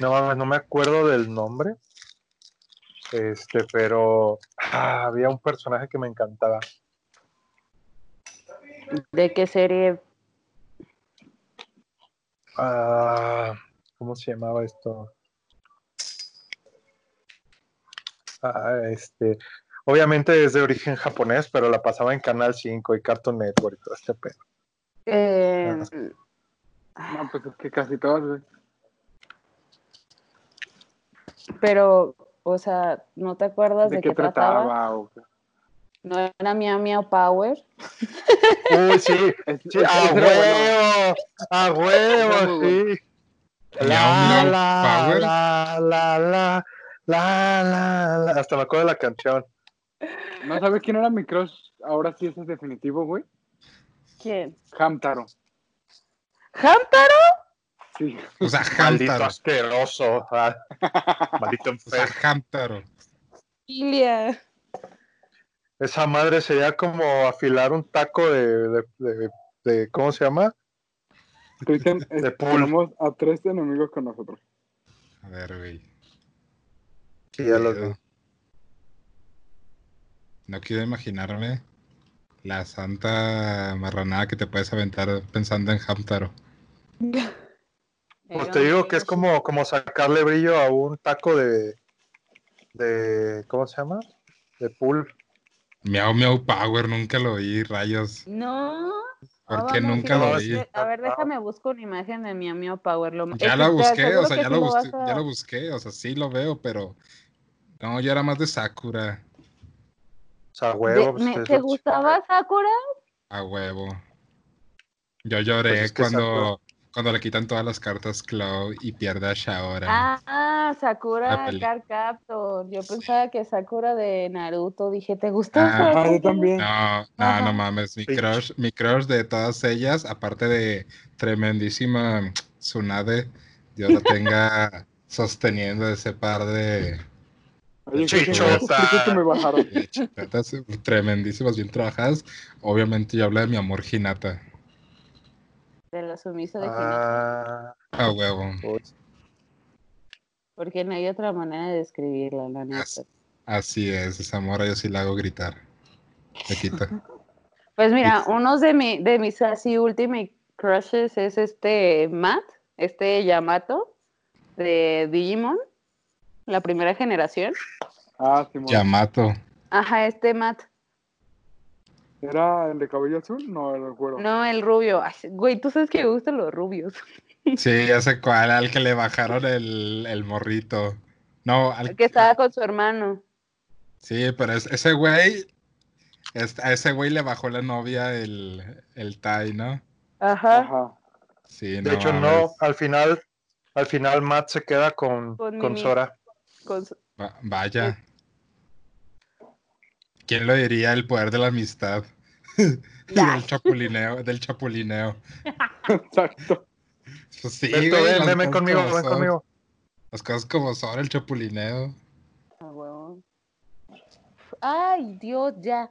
No mames, no me acuerdo del nombre. Este, pero ah, había un personaje que me encantaba. ¿De qué serie? Ah, ¿Cómo se llamaba esto? Ah, este, obviamente es de origen japonés, pero la pasaba en Canal 5 y Cartoon Network y todo este pedo. Eh, No, pues es que casi todas, güey. pero, o sea, ¿no te acuerdas de, ¿De qué trataba? o qué? ¿No era Mia Mia Power? Uy, sí, Es- sí, ah, es- a es bueno, huevo, a huevo, sí. La, Meow, la, power. la, la, la, la, la, la. Hasta me acuerdo de la canción. ¿No sabes quién era mi crush? Ahora sí, ese es definitivo, güey. ¿Quién? Hamtaro. ¿Hamtaro? Sí. O sea, Maldito Pues Hamtaro. asqueroso. ah. Maldito O sea, enfermo. Hamtaro. Ilia. Esa madre sería como afilar un taco de, de, de- de- ¿cómo se llama? Cristian, es- De pool. tenemos a tres enemigos con nosotros. A ver, güey. Sí, ya los vi. No quiero imaginarme la santa marranada que te puedes aventar pensando en Hamtaro. Pues te digo que es como, como sacarle brillo a un taco de, de, ¿cómo se llama? De pool. Miau Miau Power, nunca lo oí, rayos. No. ¿Por Ah, qué vamos, nunca sí, lo no, es oí? que- A ver, déjame busco una imagen de mi amigo Power. Lo... es Ya que la te busqué, o aseguro sea, que ya sí lo vas busqué, a- ya lo busqué, o sea, sí lo veo, pero no, yo era más de Sakura, O sea, De- huevo. pues, me- es ¿Te la gustaba Sakura? a huevo. Yo lloré Pues es que cuando, cuando le quitan todas las cartas Claw y pierde a Shaora. Ah, La Sakura peli. Card Captor. Yo pensaba que Sakura de Naruto. Dije, ¿te Ah, gusta Sakura? Ah, yo también. No, no, Ajá. no mames, mi Sí. crush, mi crush de todas ellas, aparte de tremendísima Tsunade, Dios la tenga sosteniendo ese par de Oye, Chichota. Cristian, que me bajaron. de chicletas tremendísimas, bien trabajadas. Obviamente yo hablo de mi amor Hinata, De la sumisa de Hinata, Ah, a huevo. uy, Porque no hay otra manera de describirla, la neta. Así, así es, esa mora yo sí la hago gritar. Me quita. Pues mira, Sí. unos de, mi, de mis así ultimate crushes es este Matt, este Yamato de Digimon, la primera generación. Ah, Simón. Yamato. Ajá, este Matt. ¿Era el de cabello azul? No, el güero. No, el rubio. Ay, güey, tú sabes que me gustan los rubios. Sí, ya sé cuál, al que le bajaron el, el morrito. No, al El que estaba con su hermano. Sí, pero es- ese güey, es- a ese güey le bajó la novia el, el Tai, ¿no? Ajá. Ajá. Sí, De hecho, no, al final, al final Matt se queda con, Con con, Mimi. Sora. con su- Va- vaya. ¿Quién lo diría? El poder de la amistad. Ay, del chapulineo, del chapulineo. Exacto. Pues sí, Beto, güey, ven, las ven, ven cosas conmigo, como ven son. conmigo. Las cosas como son, el chapulineo. a huevo. Ay, Dios, ya.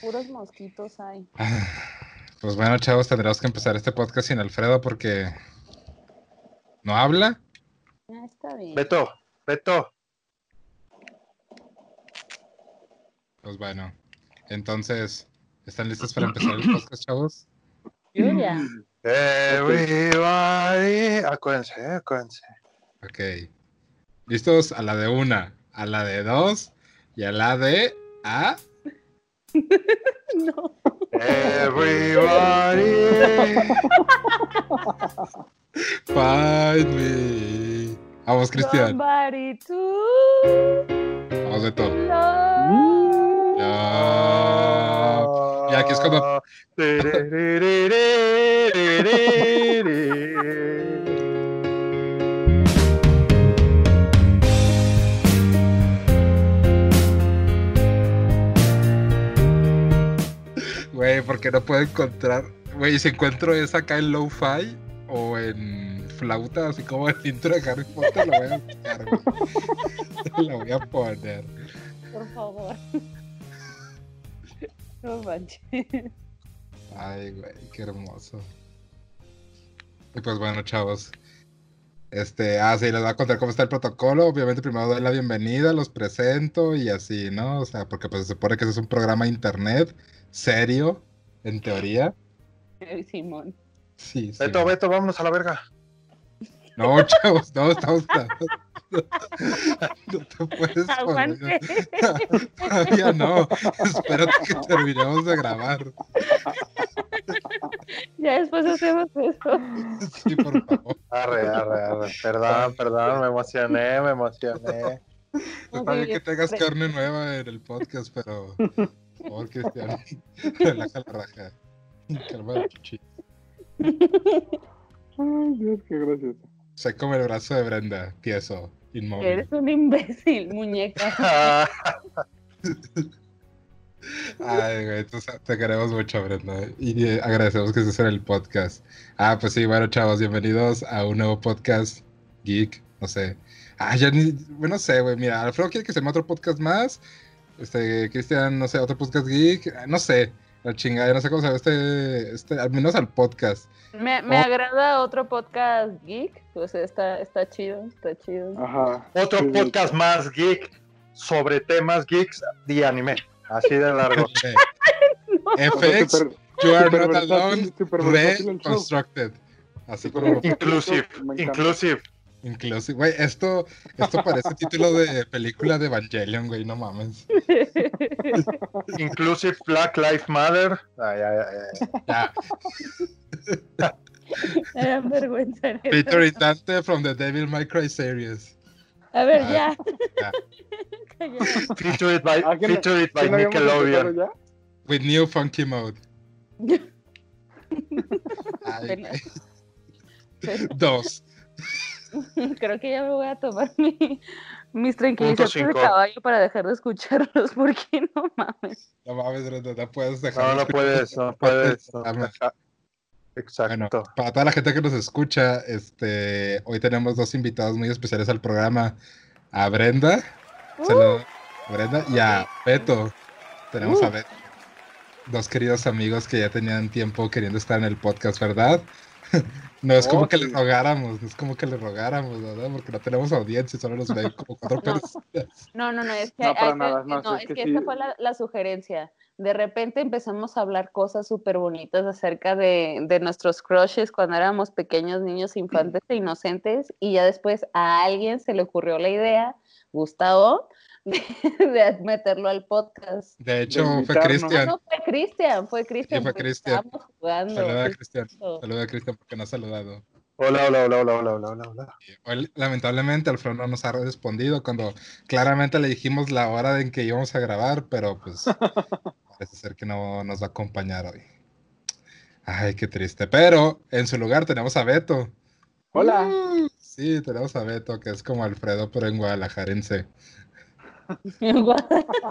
Puros mosquitos hay. Pues bueno, chavos, tendremos que empezar este podcast sin Alfredo porque no habla. Ah, está bien. Beto, Beto, Pues bueno, entonces, ¿están listos para empezar el podcast, chavos? Yo ya. everybody. Acuérdense, eh, acuérdense. Ok. ¿Listos? A la de una, a la de dos y a la de A. No. Everybody. Find me. Vamos, Cristian. Uh. Somebody to Vamos, Beto. love. Ya. Ah. Y aquí es cuando- Güey, porque no puedo encontrar. Güey, si encuentro esa acá en Lo-Fi o en flauta, así como el intro de Harry Potter, lo voy a buscar, güey. Lo voy a poner. Por favor. No manches. Ay, güey, qué hermoso. Y pues bueno, chavos. Este, ah, sí, les va a contar cómo está el protocolo. Obviamente, primero doy la bienvenida, los presento y así, ¿no? O sea, porque pues se supone que ese es un programa de internet serio, en teoría. Ay, Simón. Sí, sí. Beto, Beto, vámonos a la verga. No, chavos, no, estamos. No te puedes poner. Aguante. Todavía no. Espérate que terminemos de grabar. ya después hacemos eso. Sí, por favor. Arre, arre, arre. Perdón, perdón, me emocioné, me emocioné. Está bien que tengas carne nueva en el podcast, pero. Por favor, Cristian. Relaja la raja. Calma la chuchi. Ay, Dios, qué gracioso. Se come el brazo de Brenda, tieso, inmóvil. Eres un imbécil, muñeca. Ah, Ay, güey, tú sa- te queremos mucho, Brenda. Y eh, agradecemos que estés en el podcast. Ah, pues sí, bueno, chavos, bienvenidos a un nuevo podcast geek, no sé. Ah, ya ni, bueno, no sé, güey, mira, Alfredo quiere que se llame otro podcast más. Este, Cristian, no sé, otro podcast geek, ah, no sé. La chingada, yo no sé cómo se llama este, este, al menos al podcast. Me, Oh. me agrada otro podcast geek, pues está, está chido, está chido. Ah. Ajá. Otro Sí, podcast más geek sobre temas geeks de anime. Así de largo. o sea, FX, súper- you are súper not versátil, alone, súper versátil el show. reconstructed. Así Súper como pues, Inclusive, Me encanta. inclusive. Inclusive, güey, esto, esto parece título de película de Evangelion, güey, no mames. Inclusive Black Lives Matter. Ay, ay, ay, ay. Ya, Me da vergüenza. en eso. Peter y Dante from the Devil May Cry series. A ver, Ah, ya. ya. Cállate. Featured by, Ah, ¿quién le- featured by ¿Sí lo habíamos Nickelodeon. empezado With new funky mode. Ay, Pena. güey. Pero Dos. Creo que ya me voy a tomar mi, mis tranquilizantes de cinco. caballo para dejar de escucharlos, porque no mames. No mames, Brenda, no puedes dejar. No, no puedes, no puedes. no. Dame. Ajá. Bueno, Exacto. para toda la gente que nos escucha, este, hoy tenemos dos invitados muy especiales al programa. A Brenda, se Uh, lo- a Brenda y a Beto. Tenemos a Uh. Beto. Dos queridos amigos que ya tenían tiempo queriendo estar en el podcast, ¿verdad? No es como Oh, que sí. les rogáramos, no es como que les rogáramos, ¿verdad? Porque no tenemos audiencia, solo nos ven como cuatro No. personas. no, no, no, es que, No, para ah, nada, que- no, no, es es que que sí. esa fue la, la sugerencia. De repente empezamos a hablar cosas súper bonitas acerca de, de nuestros crushes cuando éramos pequeños niños infantes e inocentes, y ya después a alguien se le ocurrió la idea, Gustavo, de, de meterlo al podcast. De hecho, fue invitarnos. Ah, Cristian. no, fue Cristian, fue Cristian. fue porque Cristian. Estábamos jugando. Saluda a qué Cristian. chido. Saluda a Cristian porque no ha saludado. Hola, hola, hola, hola, hola, hola, hola. Y hoy, lamentablemente, Alfredo no nos ha respondido cuando claramente le dijimos la hora en que íbamos a grabar, pero pues parece ser que no nos va a acompañar hoy. Ay, qué triste. Pero en su lugar tenemos a Beto. Hola. Mm. Uh, Sí, tenemos a Beto, que es como Alfredo, pero en guadalajarense. Mm,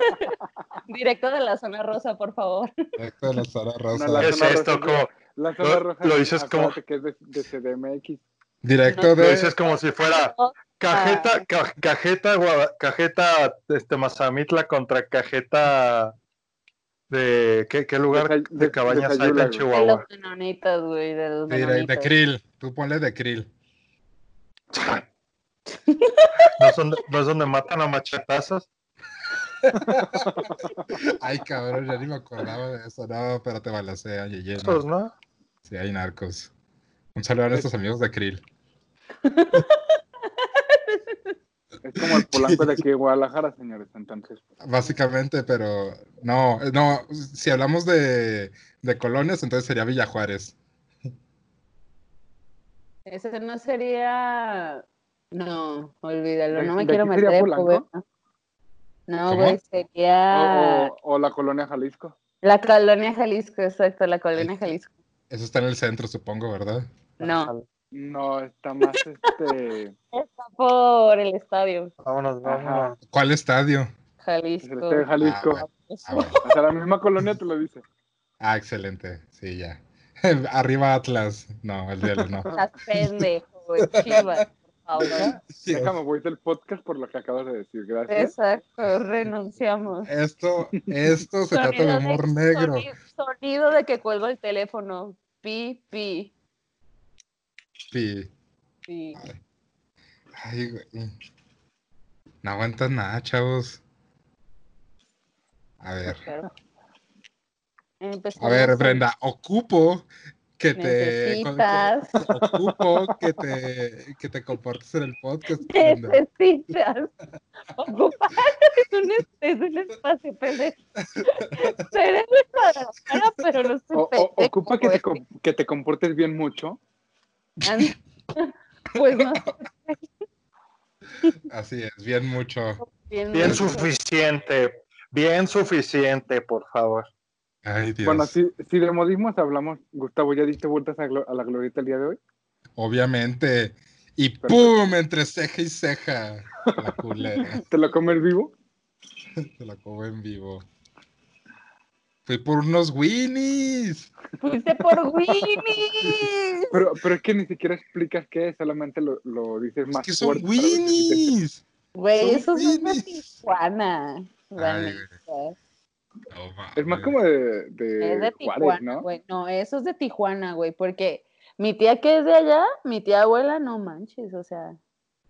Directo de la zona rosa, por favor. Directo de la zona rosa. No, la- ¿Qué es esto? Como, La zona Lo- roja. lo dices como- acuérdate que es de, de CDMX. Directo lo de... dices como si fuera Oh, cajeta, ca- cajeta, Guada- cajeta, este, Mazamitla contra cajeta de qué, qué lugar Desay- de des- cabañas hay desayula, en güey. De los Chihuahua. menonitas, güey, de los de, de, menonitas. Krill. Tú ponle de Krill. ¿No es, donde, no es donde matan a machetazos. Ay, cabrón, ya ni me acordaba de eso. No, pero te balacean, yeye. no. Esos, ¿no? Sí, hay narcos. Un saludo a nuestros amigos de Krill. Es como el polanco de aquí de Guadalajara, señores. Entonces, Básicamente, pero no, eh, no, si hablamos de, de colonias, entonces sería Villa Juárez. Ese no sería. No, olvídalo, ¿De- no me de quiero aquí meter sería en Polanco? problema. No, ¿Cómo? güey, o, sería o- o la colonia Jalisco. la colonia Jalisco, exacto, la colonia Ahí. Jalisco. Eso está en el centro, supongo, ¿verdad? No, No, está más este. está por el estadio Vámonos, vámonos. Ajá. ¿Cuál estadio? es pues, el estadio de Jalisco. Jalisco. Ah, Ah, Eso. bueno. O sea, la misma colonia te lo dice. Ah, excelente. Sí, ya. Arriba Atlas. No, el de no. Estás pendejo, güey, chivas, por favor. Sí, Déjame, voy del podcast por lo que acabas de decir. Gracias. Exacto, renunciamos. Esto, esto se trata de Sonido humor negro. Soni- Sonido de que cuelgo el teléfono. Pi, pi, Sí. pi. Ay, güey. No aguantan nada, chavos. A ver. Claro. A Empezamos ver, con Brenda, este, ocupo que te Necesitas, ocupo que te que te comportes en el podcast. Brenda. necesitas ocupar es un, es- es un espacio pendejo. Tú eres para pero no soy O- o- pendejo, ocupa que te, güey. com- que te comportes bien mucho. And- Pues no, Así es, bien mucho. bien, Bien no. suficiente. Bien suficiente, por favor. Ay, Dios. Bueno, si, si de modismos hablamos, Gustavo, ¿ya diste vueltas a, glo- a la glorieta el día de hoy? Obviamente. Y ¡pum! Entre ceja y ceja. La culera. ¿Te lo comes vivo? Se la cobo en vivo. Fui por unos Winnies. Fuiste por Winnie. Pero, pero es que ni siquiera explicas qué es, solamente lo, lo dices Es más que son fuerte para ver si te- Winnies. Güey, Son eso es una Winnies. Tijuana. la Ay, neta. No mames. Es más como de, de, Es de Juárez, Tijuana, ¿no? güey. No, eso es de Tijuana, güey, porque mi tía que es de allá, mi tía abuela, no manches, o sea.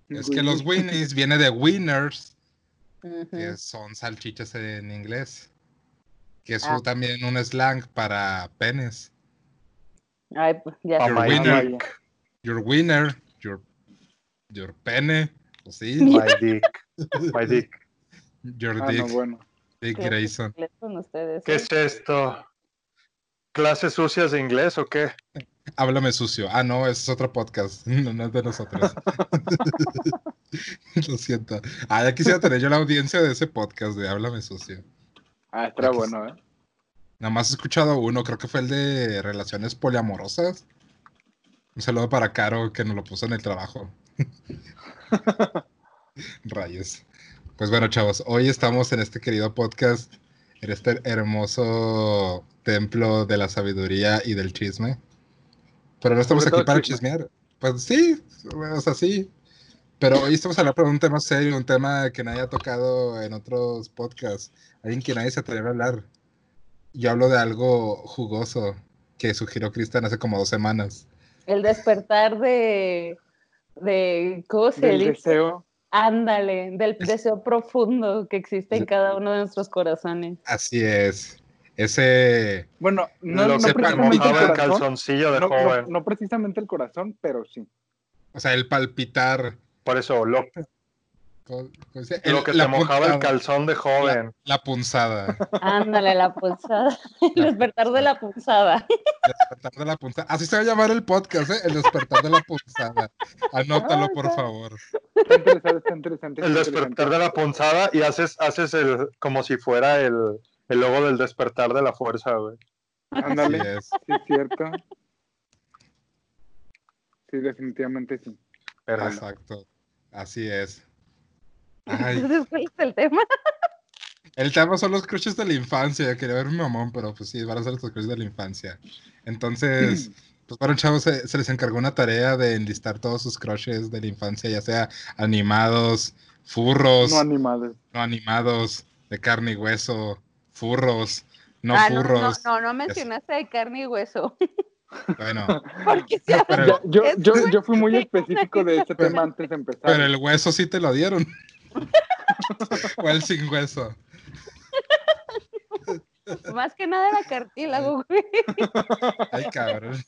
Es que los Winnies viene de Winners, ujú. que son salchichas en inglés. Que es Ah. un- también un slang para penes. Ay, pues, ya Ah, sé. Your vaya. winner, vaya. your winner, your, your pene. Pues sí, My dick. My dick. your Ah, dick, no, bueno. Dick Claro. Grayson. inglés con ustedes. ¿Qué ¿eh? es esto? ¿Clases sucias de inglés o qué? Háblame sucio. Ah, no, ese es otro podcast. No, no es de nosotros. Lo siento. Ah, ya quisiera tener yo la audiencia de ese podcast de Háblame sucio. Ah, estará Aquí bueno, ¿eh? Nada más he escuchado uno, creo que fue el de relaciones poliamorosas. Un saludo para Caro que nos lo puso en el trabajo. Rayos. Pues bueno, chavos, hoy estamos en este querido podcast, en este hermoso templo de la sabiduría y del chisme. Pero no estamos Sobre todo aquí para chisme. chismear. Pues sí, o sea, sí. Pero hoy estamos hablando de un tema serio, un tema que nadie ha tocado en otros podcasts, alguien que nadie se atreve a hablar. Yo hablo de algo jugoso que sugirió Cristian hace como dos semanas. El despertar de. de ¿Cómo se Del dice? deseo. Ándale, del deseo profundo que existe en cada uno de nuestros corazones. Así es. Ese Bueno, no, Lo no que te precisamente mojaba el el corazón. calzoncillo de No, no- joven. no precisamente el corazón, pero sí. O sea, el palpitar. Por eso, lo, ¿cómo- cómo se dice? lo El- que la te mojaba el punzada, calzón de joven. La punzada. Ándale, la pulsada. El La despertar de la pulsada. despertar de la punzada. Así se va a llamar el podcast, ¿eh? El despertar de la punzada. Anótalo, por favor. Está interesante, está interesante. El está despertar interesante. de la punzada y haces, haces el, como si fuera el, el logo del despertar de la fuerza, güey. Así eh. Ándale, es. sí, es cierto. Sí, definitivamente sí. Pero Exacto. Así es. Ay, Entonces, ¿cuál es el tema? el tema son los crushes de la infancia. Quería ver mi mamón, pero pues sí, van a ser los crushes de la infancia. Entonces, Pues bueno, chavos, se, se les encargó una tarea de enlistar todos sus crushes de la infancia, ya sea animados, Pues, furros, No no, animales. animados, de carne y hueso, furros, no Ah, no, no, furros. no, no mencionaste de carne y hueso. Bueno, Porque si pero, Ya, yo, Es yo, bueno yo fui muy que específico de este tema antes de empezar. pero el hueso sí te lo dieron. o el sin hueso. Más que nada era cartílago, güey. Ay, cabrón.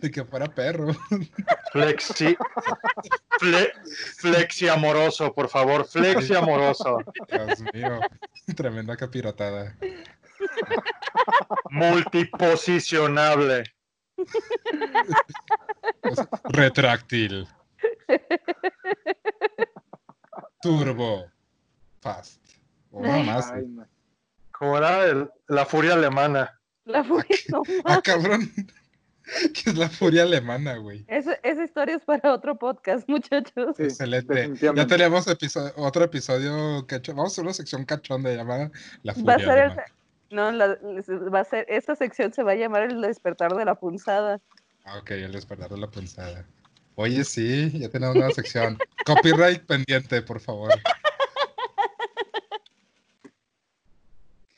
De que fuera perro. Flexi. fle- flexi amoroso, por favor. Flexi amoroso. Dios mío. Tremenda capirotada. Multiposicionable. Retráctil. Turbo. Fast. O nada más. Ay, no. Como era el- la furia alemana. La furia, no, Ah, cabrón. Que es la furia alemana, güey. esa, esa historia es para otro podcast, muchachos. Sí, Excelente. Ya definitivamente. tenemos episo- otro episodio cacho- Vamos a hacer una sección cachonda llamada La Va Furia a ser el- Alemana. No, la- va a ser, esta sección se va a llamar el despertar de la punzada. Ah, ok, el despertar de la punzada. Oye, sí, ya tenemos una sección. Copyright pendiente, por favor.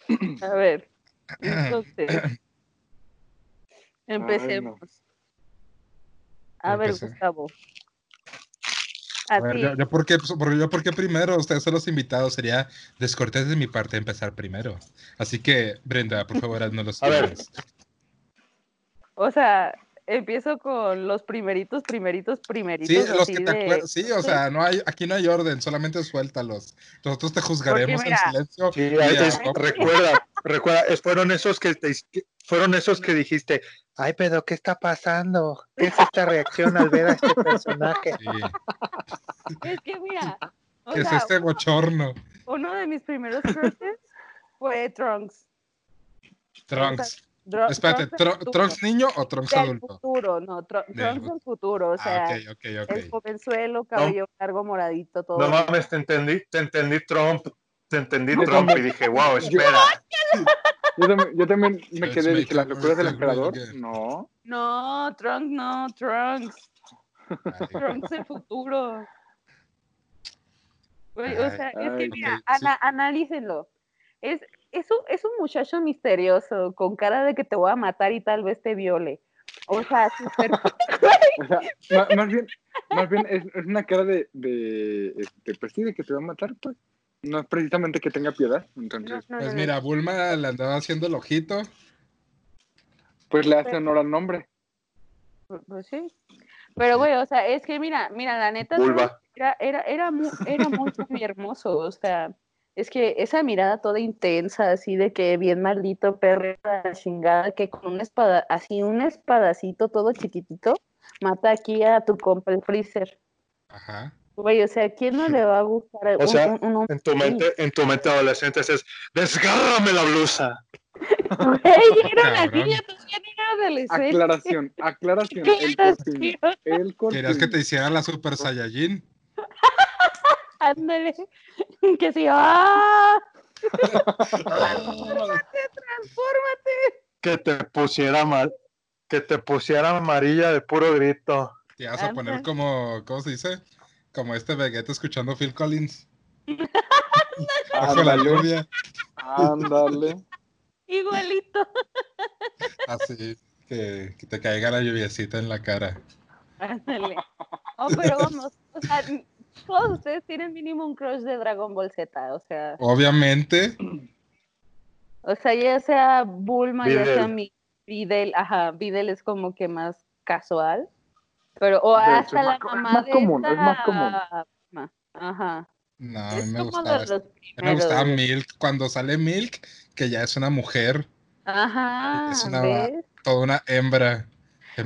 Mm. A ver, entonces. Empecemos. A ver, Empecé. Gustavo. A A ver, ti. yo, yo por qué, por- yo por qué primero, ustedes son los invitados, sería descortés de mi parte empezar primero. Así que, Brenda, por favor, no los A ver. cierres. O sea, empiezo con los primeritos, primeritos, primeritos. Sí, los así que te de- acuerdas. Sí, o sea, no hay, aquí no hay orden, solamente suéltalos. Nosotros te juzgaremos en mira, silencio. Sí, y ahí a- es- recuerda, recuerda, es- fueron esos que te- que- fueron esos que dijiste, ay, pero ¿qué está pasando? ¿Qué es esta reacción al ver a este personaje? sí, Es que mira, o ¿Qué es sea, este bochorno? uno de mis primeros crushes fue Trunks. Trunks. Dro- Espérate, del Tru- futuro. ¿Trunks niño o Trunks del adulto? futuro, no, Tru- Del Trunks fu- del futuro, o sea, Ah, ok, ok, el ok. jovenzuelo, cabello largo, moradito, todo. No mames, te entendí, te entendí Trump, te entendí Yo Trump y también. dije, wow, Yo- espera. Yo también, yo también me Let's quedé make de las it locuras del work emperador. again. No. No, Trunks no, Trunks, Ay, Trunks del futuro. Güey, o Ay, sea, es que ay, mira, ok, ana- analícenlo. Es, es, un, es un muchacho misterioso, con cara de que te voy a matar y tal vez te viole. O sea, súper O sea, ma- más, bien, más bien es, es una cara de, de este, pues sí, de que te va a matar, pues. No es precisamente que tenga piedad. No, Entonces, no, no, Pues no. mira, Bulma le andaba haciendo el ojito. pues le hace honor al nombre. Pu- Pues sí. Pero, güey, o sea, es que mira, mira, la neta Vulva. Trunks era, era, era, mu- era muy, muy hermoso, o sea, es que esa mirada toda intensa, así de que bien maldito perro, la chingada, que con una espada, así un espadacito todo chiquitito, mata aquí a tu compa el freezer. Ajá. Güey, o sea, ¿quién no le va a gustar O un- sea, un- un hombre En tu mente, en tu mente adolescente es desgárrame la blusa. Güey, era una Cabrón. niña, todavía no era adolescente. Ah, Aclaración, aclaración. El corpiño. Aclaración, El ¿Querías que corpiño. te hiciera la Super Saiyajin? ándale. Que sí, ¡ah! ¡Transfórmate! Que te pusiera mal, que te pusiera amarilla de puro grito. Te vas a poner como, ¿cómo se dice? Como este Vegeta escuchando a Phil Collins. Ah, Bajo la Ándale, lluvia. ándale. Igualito. Así que, que te caiga la lluviacita en la cara. Ándale. Oh, pero vamos, o sea, n- todos ustedes tienen mínimo un crush de Dragon Ball Z, o sea, Obviamente, o sea, ya sea Bulma, ya sea Videl. mi Videl, ajá, Videl es como que más casual, pero o Pero hasta es la más co- es mamá más de común, es más esta común. Bulma, Ajá. no, a mí Es me como gustaba. de esta- los A mí me primeros. gustaba Milk. Cuando sale Milk, que ya es una mujer, Ajá. Es una- ¿ves? toda una hembra.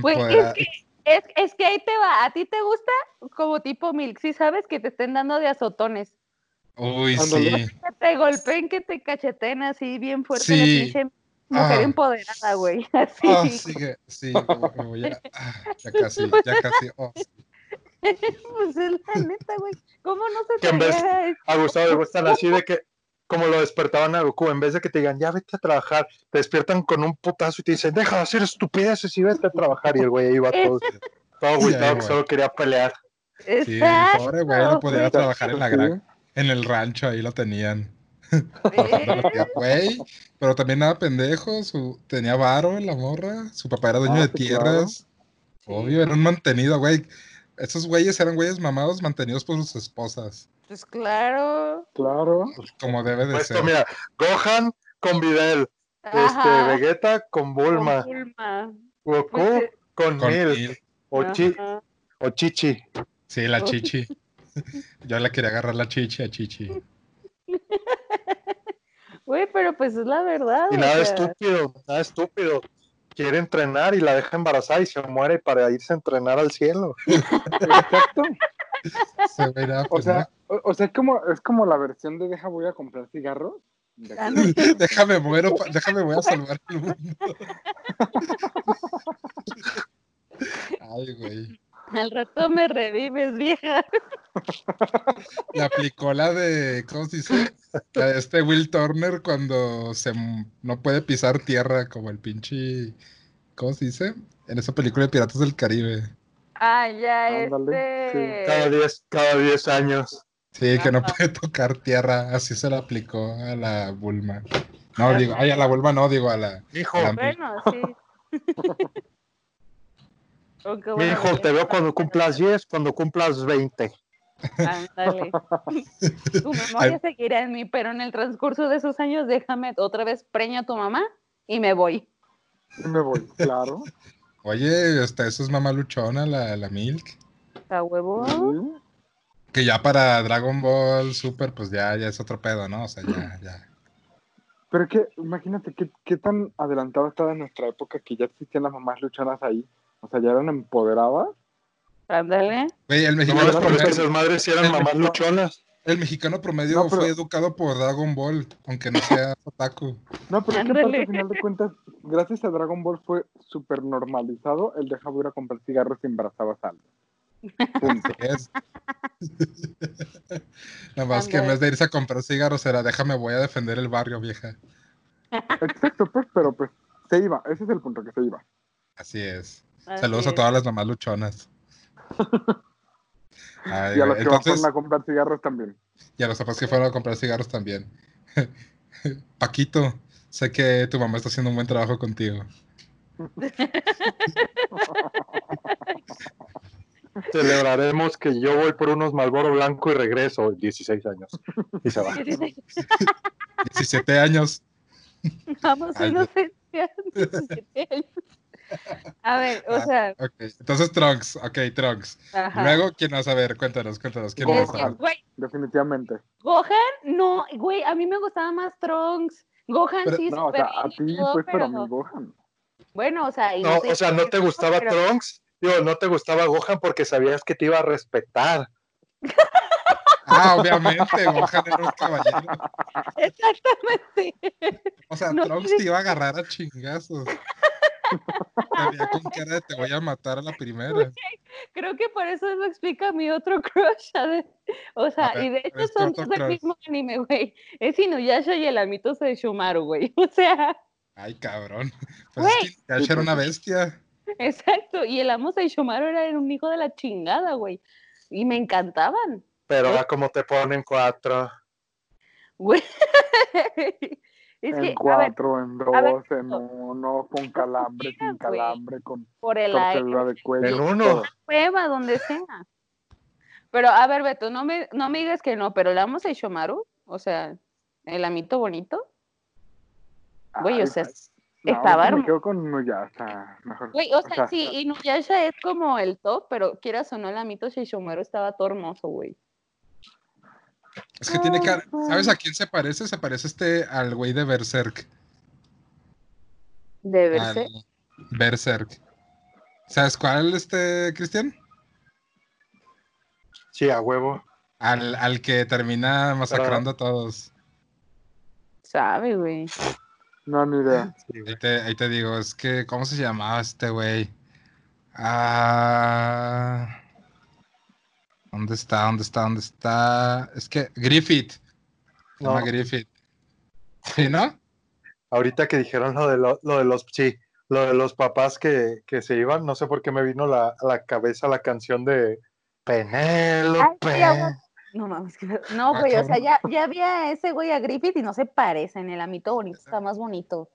Güey, Empoderada. es que es, es que ahí te va, a ti te gusta como tipo Milk, si sabes que te estén dando de azotones. Uy, Ándale. sí. que te golpeen, que te cacheten así bien fuerte la Sí. pinche mujer Ah. empoderada, güey. Así. Ah, sigue, sí, como- como ya, ah, ya casi, ya casi. oh, pues es la neta, güey. ¿Cómo no se Que en te vez- llega eso? A Gustavo le gustan así de que, como lo despertaban a Goku, en vez de que te digan, ya vete a trabajar, te despiertan con un putazo y te dicen, deja de hacer estupideces y vete a trabajar. Y el güey ahí va todo, todo agüitado, que solo quería pelear. sí, Exacto, pobre güey, no podía güey. trabajar en la granja. Sí. En el rancho ahí lo tenían. ¿Ves? Ya, Güey, pero también era pendejo, su, tenía varo la morra, su papá era dueño Ah, de sí, claro. tierras. Obvio, era un mantenido, güey. Esos güeyes eran güeyes mamados mantenidos por sus esposas, Pues claro. Claro. como debe pues, de Esto, ser. mira, Gohan con Videl, este, Ajá, Vegeta con con pues Bulma, Bulma. Goku con, Con Milk, este Milk. O, Chi- Ajá. o Chichi. Sí, la chichi. Yo le quería agarrar la chichi a chichi. Güey, pero pues es la verdad. Y o nada sea, estúpido, nada estúpido. Quiere entrenar y la deja embarazada y se muere para irse a entrenar al cielo. Exacto. Se pues, ve era O sea, pendejo. o, o sea, es como, es como la versión de deja voy a comprar cigarros. De aquí. Ándale. déjame muero, pa- déjame voy a salvar el mundo. Ay, güey. Al rato me revives, vieja. Le aplicó la de, ¿cómo se dice? La de este Will Turner cuando se m- no puede pisar tierra como el pinche, ¿cómo se dice? En esa película de Piratas del Caribe. Ah, ya, Ándale, este. Cada 10 cada 10 años. Sí, que no Ajá. puede tocar tierra. Así se la aplicó a la Bulma. No, digo, ay, a la Bulma no, digo a la... Hijo, a la- Bueno, sí. Aunque mi bueno, hijo, ya te veo no cuando pasa cumplas 10, cuando cumplas 20. Ándale. tu memoria Ay. seguirá en mí, pero en el transcurso de esos años déjame otra vez preña a tu mamá y me voy. Me voy, claro. Oye, hasta eso es mamaluchona la, la Milk. A huevo. Mm. Sí. Que ya para Dragon Ball Super, pues ya, ya es otro pedo, ¿no? O sea, ya, ya. Pero es que, imagínate qué, qué tan adelantada estaba nuestra época que ya existían las mamás luchonas ahí. O sea, ya eran empoderadas. Ándale. Güey, el No, mexicano, mames, pero es que promedio, esas madres sí eran mamás luchonas. el mexicano promedio No, pero- fue educado por Dragon Ball, aunque no sea otaku. No, pero es que Ándale. aparte, al final de cuentas, gracias a Dragon Ball fue súper normalizado el dejar de ir a comprar cigarros y embarazabas a alguien. Punto. Es. Nada más que en vez de irse a comprar cigarros, era déjame, voy a defender el barrio, vieja. Exacto, pues, pero pues se iba. Ese es el punto que se iba. Así es. Así Saludos a es. todas las mamás luchonas. Ay, y a Eh, güey, los que entonces, van a comprar cigarros también. y a los papás que fueron a comprar cigarros también. Paquito, sé que tu mamá está haciendo un buen trabajo contigo. Celebraremos que yo voy por unos Malboro Blanco y regreso, 16 años. Y se va. 17 años. Vamos a Ay, no. inocencia. 17 años. A ver, o sea, Ok, Entonces, Trunks, ok, Trunks. ajá. Ah. Luego, ¿quién vas a ver? Cuéntanos, cuéntanos. ¿Quién Es vas que, a ver? güey, Definitivamente. Gohan, no, güey, a mí me gustaba más Trunks. Gohan Pero- sí, No, o súper sea, a bien y ti, todo, pues, pero a pero- mi Gohan. Bueno, o sea, y No, sé o sea, no te gustaba pero- Trunks, digo, no te gustaba Gohan porque sabías que te iba a respetar. Ah, obviamente, Gohan era un caballero. Exactamente. O sea, No Trunks quiere- te iba a agarrar a chingazos. Te veía con cara de te voy a matar a la primera. Creo que por eso lo explica mi otro crush. a ver, O sea, A ver, y de hecho es tu son otro dos del crush. mismo anime, güey. Es Inuyasha y el amitoso de Shumaru, güey. O sea, Ay, cabrón. Pues es que Ash era una bestia. exacto. Y el amo de Shumaru era un hijo de la chingada, güey. Y me encantaban, Pero ahora como te ponen cuatro. güey. Es en que, a ver, cuatro, en a ver, dos, en uno, con calambre, sin güey. calambre, con por el aire, torcedura de cuello. En uno. cueva, donde sea. Pero, a ver, Beto, no me, no me digas que no, pero el amo de Shumaru, o sea, el amito bonito, güey, o Ay, sea, no, estaba ahorita hermo- Me quedo con Nuyasha, mejor. Güey, o sea, sí, Inuyasha es como el top, pero quieras o no, el amito Shishomaru estaba todo hermoso, güey. Es que tiene cara. ¿Sabes a quién se parece? Se parece este al güey de Berserk. De al verse. Berserk. ¿Sabes cuál, este, Cristian? Sí, a huevo. Al, al que termina masacrando a todos. Sabe, güey. No, ni Ah. idea. Sí, güey. Ahí te, ahí te digo, es que, ¿cómo se llamaba este güey? Ah, ¿Dónde está? ¿Dónde está? ¿Dónde está? Es que Griffith. Se No. llama Griffith. ¿Sí, no? Ahorita que dijeron lo de, lo, lo de los, sí, lo de los papás que, que se iban, no sé por qué me vino la, a la cabeza la canción de Ay, Penélope. sí, aguanta. No mames, que... no, Ah, güey, o sea, cabrón. ya, ya había ese güey a Griffith y no se parece en el amito bonito, está más bonito.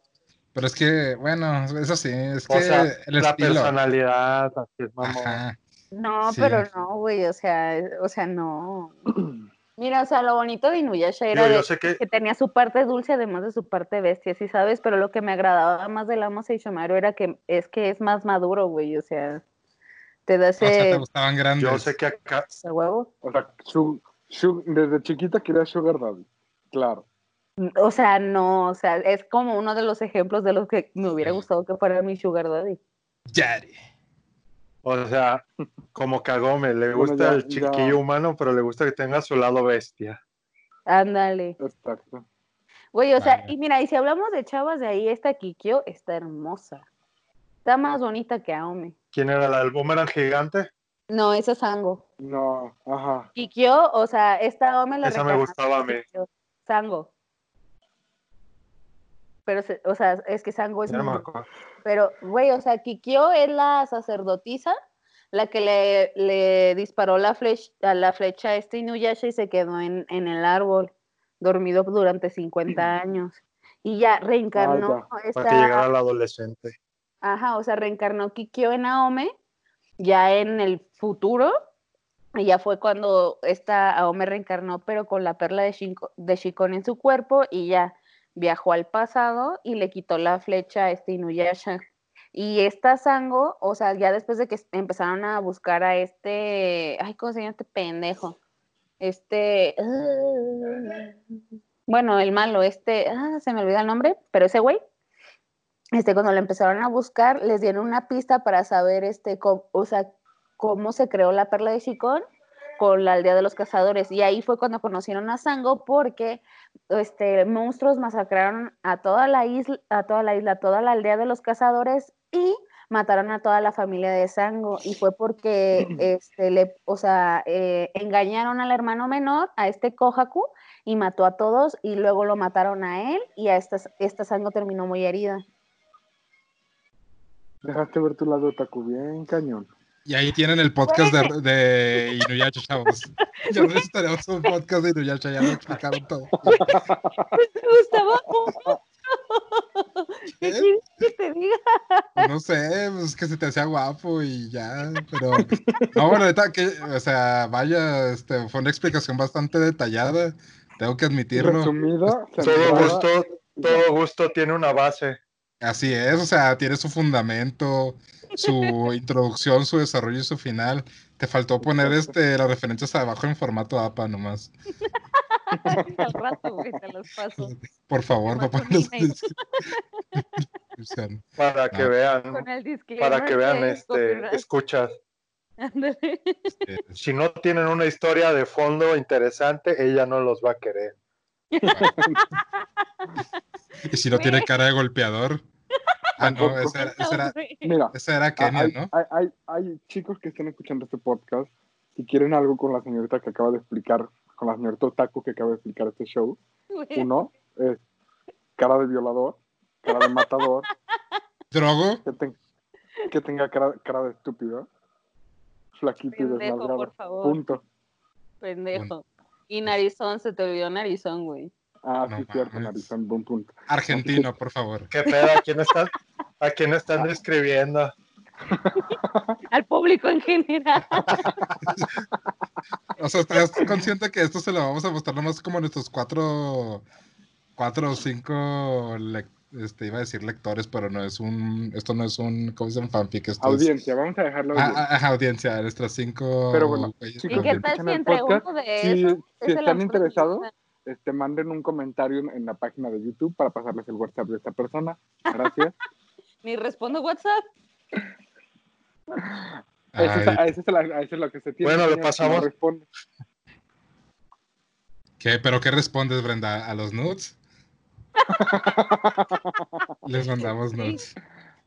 Pero es que, bueno, eso sí, es que O sea, el la estilo. personalidad, así es, mamón. Ajá. No, Sí. pero no, güey, o sea, es- o sea, no. Mira, o sea, lo bonito de Inuyasha era Digo, yo de- sé que que tenía su parte dulce además de su parte bestia, sí sabes, pero lo que me agradaba más del amo Seishomaru era que es que es más maduro, güey, o sea, te da O sea, te ese gustaban grandes. yo sé que acá, ese huevo. O sea, su- su- desde chiquita quería Sugar Daddy. Claro. O sea, no, o sea, es como uno de los ejemplos de los que me hubiera Sí. gustado que fuera mi sugar daddy. Yari. o sea, como Kagome, le Bueno, gusta ya- el chiquillo ya. humano, pero le gusta que tenga su lado bestia. Ándale. Exacto. Güey, o sea, Vale. y mira, y si hablamos de chavas de ahí, esta Kikyo está hermosa. Está más bonita que Aome. ¿Quién era la del boomerang gigante? No, esa es Sango. No, ajá. Kikyo, o sea, esta Aome la Esa me reclamaba gustaba a mí. Kikyo. Sango. Pero, se- o sea, es que Sango es Ya no me muy- acuerdo. Pero, güey, o sea, Kikyo es la sacerdotisa, la que le, le disparó la flecha, a la flecha a este Inuyasha y se quedó en, en el árbol, dormido durante 50 años. Y ya reencarnó Para que esta. llegara la adolescente. Ajá, o sea, reencarnó Kikyo en Aome, ya en el futuro, Y ya fue cuando esta Aome reencarnó, pero con la perla de, Shinko- de Shikon en su cuerpo y ya viajó al pasado y le quitó la flecha a este Inuyasha. Y esta Sango, o sea, ya después de que s- empezaron a buscar a este, ay, ¿cómo se llama este pendejo? Este, ah, bueno, el malo, este, ah, se me olvida el nombre, pero ese güey, este, cuando lo empezaron a buscar, les dieron una pista para saber, este, cómo, o sea, cómo se creó la perla de Chicón con la aldea de los cazadores. Y ahí fue cuando conocieron a Sango porque este, monstruos masacraron a toda la isla, a toda la isla, a toda la aldea de los cazadores y mataron a toda la familia de Sango. Y fue porque este, le, o sea, eh, engañaron al hermano menor, a este Kohaku, y mató a todos y luego lo mataron a él y a esta, esta Sango terminó muy herida. Dejaste ver tu lado otaku bien cañón. Y ahí tienen el podcast de, de Inuyasha, chavos. Ya nosotros tenemos un podcast de Inuyasha, ya lo explicaron todo. Gustavo, ¿qué ¿Eh? quieres que te diga? No sé, pues que se te hacía guapo y ya, pero... No, bueno, ahorita que, o sea, vaya, este, fue una explicación bastante detallada, tengo que admitirlo. Resumido, Todo centrado, gusto, todo gusto tiene una base. Así es, o sea, tiene su fundamento, su introducción, su desarrollo y su final. Te faltó poner este, las referencias abajo en formato APA nomás. Al rato, güey, te los paso. Por favor, no Formato pongas... Disney. descripción. Para que Ah. vean, Con el disclaimer. para que vean, de este, copyright. escuchas. Ándale. Si no tienen una historia de fondo interesante, ella no los va a querer. Y si no tiene cara de golpeador. Ah, no, esa era, esa era, Mira, esa era Ah, Kenia, hay, ¿no? hay, hay- hay chicos que están escuchando este podcast que quieren algo con la señorita que acaba de explicar, con la señorita Otaku que acaba de explicar este show. Güey, Uno es cara de violador, cara de matador, Drogo. que, ten- que tenga cara, cara de estúpido, flaquito y Pendejo, desmadrado. por favor, Punto. pendejo. Y narizón, se te olvidó narizón, güey. Ah, No sí, cierto, mames. narizón, buen punto. Argentino, por favor. ¿Qué pedo? ¿A quién están, a quién están describiendo? Al público en general. O sea, ¿estás consciente que esto se lo vamos a mostrar nomás como a nuestros cuatro, cuatro o cinco, lec- este, iba a decir lectores, pero no es un, esto no es un, ¿cómo se llama? Fanfic, esto es... Audiencia, vamos a dejarlo. Ah, ah, ajá, audiencia, nuestras cinco... Pero bueno, güeyes chicos, ¿Y qué también. tal escuchan el si entre podcast, uno de si- esos? si eh, es el están autor interesados, original? este, manden un comentario en, en la página de YouTube para pasarles el WhatsApp de esta persona. Gracias. Ni respondo WhatsApp. Eso es, Ay, a, eso es la- a eso es lo que se tiene. Bueno, le señor, que pasamos. no responde. ¿qué? ¿Pero qué respondes, Brenda? ¿A los nudes? Les mandamos nudes.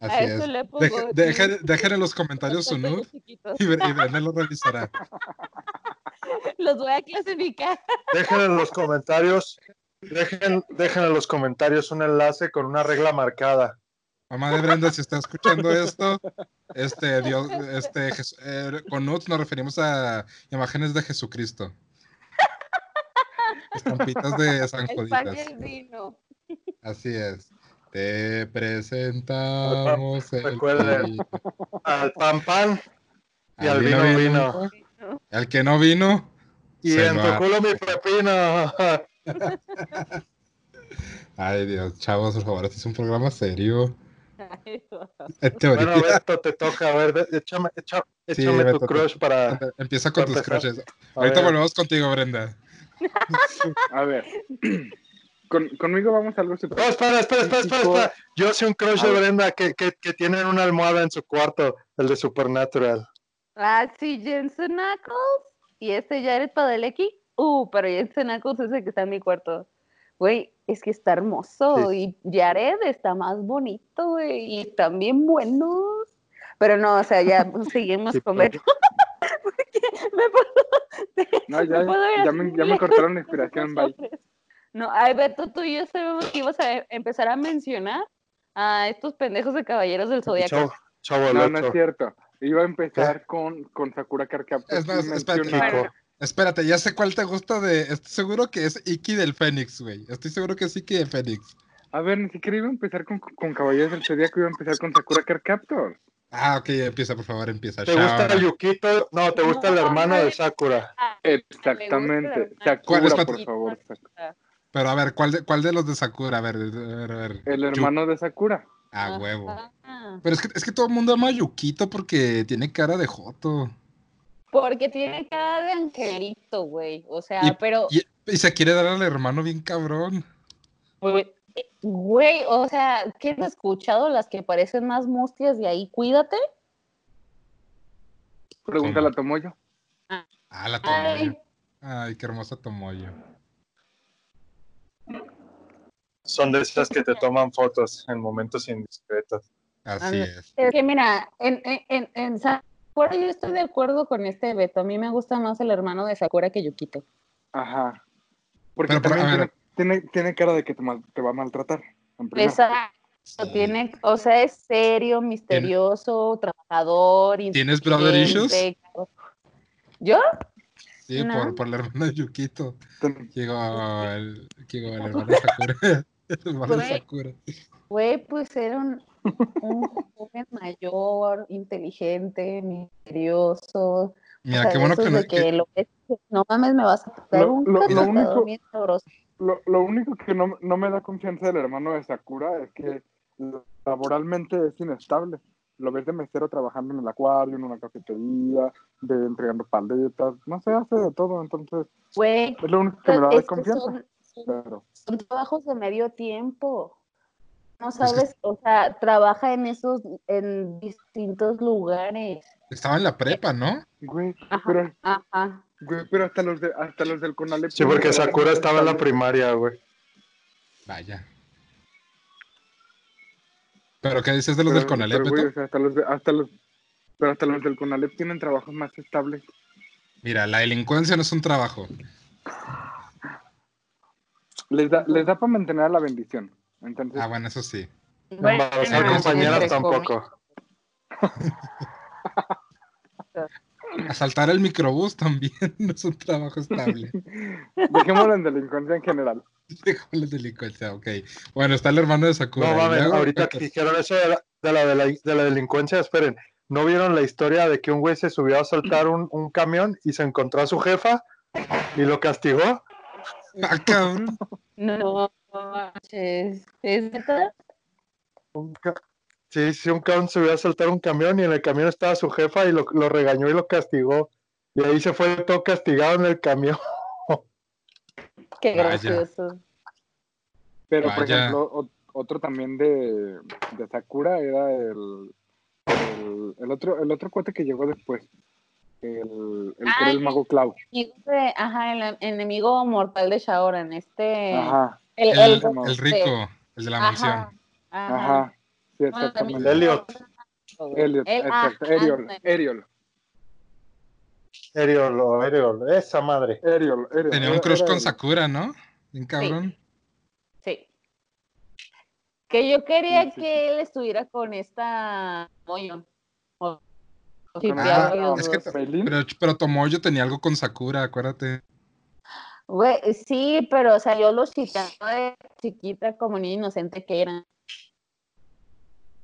a Así es. eso le pongo. Deje- aquí Dejen, dejen en los comentarios su los detalles nude chiquitos. y, Bre- y Brenda lo revisará. Los voy a clasificar. Dejen en los comentarios, dejen, dejen en los comentarios un enlace con una regla marcada. Mamá de Brenda, si está escuchando esto, este, Dios, este, Jes- eh, con nudes nos referimos a imágenes de Jesucristo. Estampitas de San El pan y Juditas. el vino. Así es. Te presentamos el Recuerden. vino. Al pan pan y al vino vino. Al que no vino, Y se en lo tu ha- culo mi pepino. Ay, Dios, chavos, por favor, este es un programa serio. Eh, Ay, guau. En teoría. Bueno, Beto, te toca. A ver, de- échame, echa- Sí, échame tu Beto, te- crush para. a Empieza con Para tus empezar. crushes. Ahorita ver. volvemos contigo, Brenda. A ver. Con- conmigo vamos a algo No, Pues, super. espera, espera, espera, espera, espera. Yo sé un crush de Brenda que, que, que tiene una almohada en su cuarto, el de Supernatural. Ah, sí, Jensen Ackles. Y este Jared Padalecki. Uh, pero Jensen Ackles es el que está en mi cuarto. Güey, es que está hermoso. Y Jared está más bonito, güey. Y están bien buenos. Pero no, o sea, ya pues, seguimos Sí, con pero- Beto. Porque me puedo... No, ya, me puedo ir ya así me, muy ya me lejos cortaron la con los inspiración, bye. hombres. No, ay, Beto, tú y yo sabemos que ibas a em, empezar a mencionar a estos pendejos de Caballeros del Zodíaco. Chavo, chavo No, no Beto. es cierto. Iba a empezar con, con Sakura Carcaptor. ¿Eh? Es más, y espérate. mencionar- Chico. Espérate, ya sé cuál te gusta de. Estoy seguro que es Iki del Fénix, güey. Estoy seguro que es Iki del Fénix. A ver, ni siquiera iba a empezar con, con Caballeros del Zodíaco, iba a empezar con Sakura Carcaptor. Ah, ok, empieza, por favor, empieza. ¿Te gusta Shaoran. Yukito? No, te gusta No, la hermana no, de no. Sakura. Exactamente. ¿Cuál Sakura, es Patri- por favor. Sakura. Pero a ver, ¿cuál de, cuál de los de Sakura? A ver, a ver, a ver. El Yu- hermano de Sakura. Ah, huevo. Pero es que, es que todo el mundo ama a Yukito porque tiene cara de Joto. Porque tiene cara de angelito, güey. O sea, Y- pero, Y, y se quiere dar al hermano bien cabrón. güey, eh, güey, o sea, ¿qué has escuchado? Las que parecen más mustias de ahí, cuídate. Pregúntale a Tomoyo. Ah, la Ay, Tomoyo. Ay, qué hermosa Tomoyo. Son de esas que te toman fotos en momentos indiscretos. Así Ah, es. es que mira, en, en, en, en Sakura yo estoy de acuerdo con este Beto. A mí me gusta más el hermano de Sakura que Yukito. Ajá. Porque Pero, pero, también a ver. tiene, tiene, tiene cara de que te, mal- te va a maltratar. en primera. Exacto, eh, tiene, o sea, es serio, misterioso, trabajador. ¿Tienes brother issues? inteligente. ¿Yo? Sí, no. por, por la hermana de Yukito. Ten- Llegó Este, el, llegó el hermano de Sakura. El hermano de Güey. Sakura. Güey, pues era un, un joven mayor, inteligente, misterioso. o Mira, sea, qué bueno de que esos no. de que que- lo ves y dices, no mames, me vas a dar Lo- un lo- lo cachetadón único- bien sabroso. Lo, lo único que no, no me da confianza del hermano de Sakura es que laboralmente es inestable. Lo ves de mesero trabajando en el acuario, en una cafetería, de entregando paletas, no sé, hace de todo, entonces Güey, es lo único que me da es que desconfianza. son, son- Pero son trabajos de medio tiempo. No que- sabes, o sea, trabaja en esos, en distintos lugares. Estaba en la prepa, ¿no? Güey, Ajá. pero, Ajá. güey, pero hasta los de, hasta los del Conalep. Sí, porque Sakura estaba en la primaria, güey. Vaya. ¿Pero qué dices de los Pero- del Conalep, pero, güey, Beto? o sea, hasta los de- hasta los- pero hasta los del Conalep tienen trabajos más estables. Mira, la delincuencia no es un trabajo. Les da, les da para mantener a la bendición. Entonces, Ah, bueno, eso sí. Embarazar bueno, compañeras entre tampoco. Asaltar el microbús también no es un trabajo estable. Ah, dejémoslo en delincuencia en general. Dejo la delincuencia, ok. Bueno, está el hermano de Sakura. No y mames, luego- ahorita que dijeron eso de la, de, la, de, la, de la delincuencia, esperen. ¿No vieron la historia de que un güey se subió a saltar un, un camión y se encontró a su jefa y lo castigó? Ah, cabrón. No manches. ¿Es neta? Un ca- Sí, sí, un cabrón se subió a saltar un camión y en el camión estaba su jefa y lo, lo regañó y lo castigó. Y ahí se fue todo castigado en el camión. Qué Vaya. gracioso. Pero, por Vaya. ejemplo, o- otro también de, de Sakura era el, el, el otro el otro cuate que llegó después. El, el, que era el Ay. mago Clau. Amigo de- ajá, el enemigo mortal de Shaoran, este. Ajá, El, El, el- el rico, el de la Ajá, mansión. ajá. ajá. Sí, Bueno, también- exactamente. Elliot. Elliot, El- exacto. ah, Eriol, Anthony. Eriol, Eriol, o Eriol, esa madre. Eriol, Eriol. Tenía un Era- crush era con el- Sakura, ¿no? Bien cabrón. Sí. Que yo quería Sí, sí, que él estuviera con esta Moyo. O- o con Ah, shipeado los es que dos. ta- Pelín. Pero, pero Tomoyo tenía algo con Sakura, acuérdate. Güey, sí, pero o sea, yo los chipeaba de chiquita como niña inocente que era.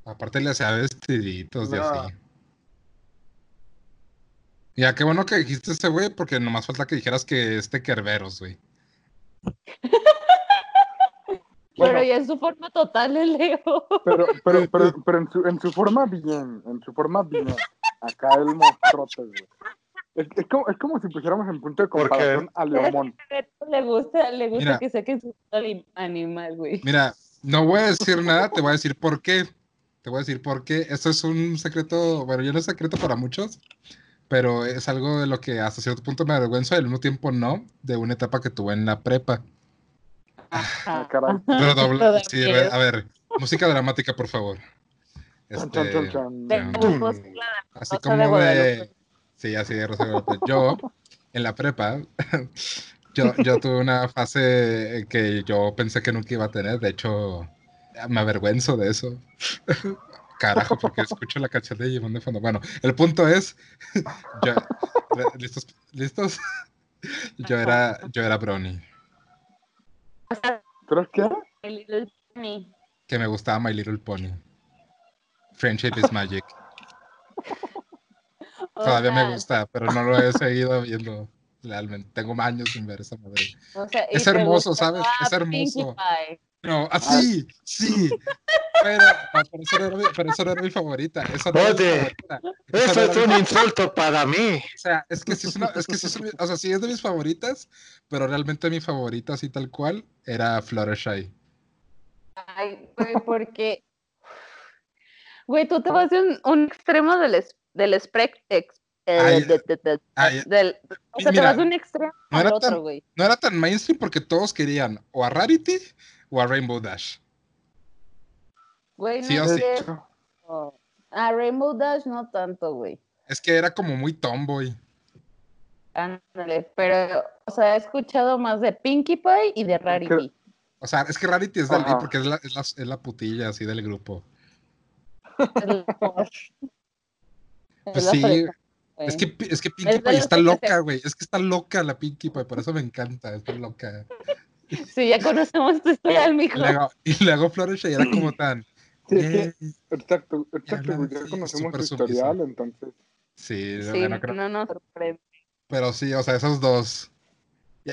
Aparte le hacía vestiditos y No. así. Ya, qué bueno que dijiste ese güey, porque nomás falta que dijeras que este Kerberos, güey. Bueno. Pero ya en su forma total le leo. Pero, pero, pero, pero en, su, en su forma bien, en su forma bien. Acá el monstruote, güey. Es, es como, es como si pusiéramos en punto de Porque- comparación a Leomón. Le gusta, le gusta Mira. que saquen su anim- animal, güey. Mira, no voy a decir nada, te voy a decir por qué. Te voy a decir por qué. Esto es un secreto, bueno, yo no es secreto para muchos, pero es algo de lo que hasta cierto punto me avergüenzo y al mismo tiempo no, de una etapa que tuve en la prepa. Ah, caray. Pero doble, Todavía. sí, a ver, a ver, música dramática, por favor. Chan, Este, chan, chan, De chan. Mm. dibujos, claro. así Rosa de como de... Guadalupe. Sí, así de Rosa de Guadalupe. Yo, en la prepa, yo, yo tuve una fase que yo pensé que nunca iba a tener. De hecho, me avergüenzo de eso. Carajo, porque escucho la canción de Jimón de fondo. Bueno, el punto es... yo- ¿Listos? ¿Listos? Yo era, yo era Brony, ¿Pero qué? Ah, El Little Pony. que me gustaba My Little Pony. Friendship is Magic. O Todavía sea, me gusta, pero no lo he seguido viendo realmente. Tengo años sin ver esa madre. o sea, y Es hermoso, preguntó ¿sabes? a Es hermoso. Pinkie Pie. No, así, sí. Pero, pero, eso no era mi, pero eso no era mi favorita. Esa no era mi Oye, favorita. Esa Eso no era es mi un insulto para mí. O sea, es que sí es una, es que sí es un- o sea, sí es de mis favoritas, pero realmente mi favorita así tal cual era Fluttershy. Ay, güey, porque. Güey, tú te Ah. vas de un, un extremo del, es- del espect- ex- eh, Ay, de- de- de- Ay, del- o sea, te mira, vas de un extremo no al era otro, tan- güey. no era tan mainstream porque todos querían o a Rarity o a Rainbow Dash. Güey, no Sí o es sí. cierto. A Rainbow Dash no tanto, güey. Es que era como muy tomboy. Ándale, pero, o sea, he escuchado más de Pinkie Pie y de Rarity. O sea, es que Rarity es Dalí Ajá. porque es la, es, la, es la putilla así del grupo. Es la- Pues la sí, fresa, Es güey. que, Pi- es que Pinkie Es de Pie los está que se- loca, güey. Es que está loca la Pinkie Pie, por eso me encanta, está loca. Sí, ya conocemos tu historia, mijo. Y luego, y luego Fluttershy era como tan... Sí, es que, "Eh, exacto, exacto, no, güey, ya sí, conocemos súper su sumiso. historial, entonces. Sí, Sí, bueno, creo- no nos sorprende. Pero sí, o sea, esos dos.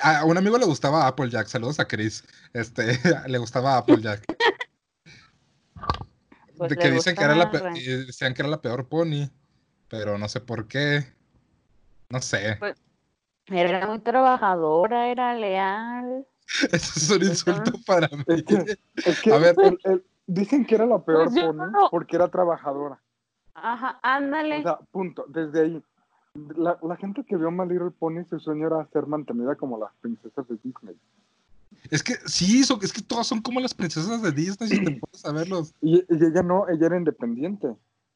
A a un amigo le gustaba Applejack, saludos a Chris. Este, le gustaba Applejack. Pues de le que dicen que era la gustaba. pe- y decían que era la peor pony, pero no sé por qué. No sé. Pues- Era muy trabajadora, era leal. Eso es un insulto para mí. Es que- Es que A ver. el- el- dicen que era la peor Pues yo pony no. porque era trabajadora. Ajá, ándale. O sea, punto, desde ahí. La, la gente que vio My Little Pony, su sueño era ser mantenida como las princesas de Disney. Es que sí, son- es que todas son como las princesas de Disney, si te pones a verlos. Y, y ella no, ella era independiente.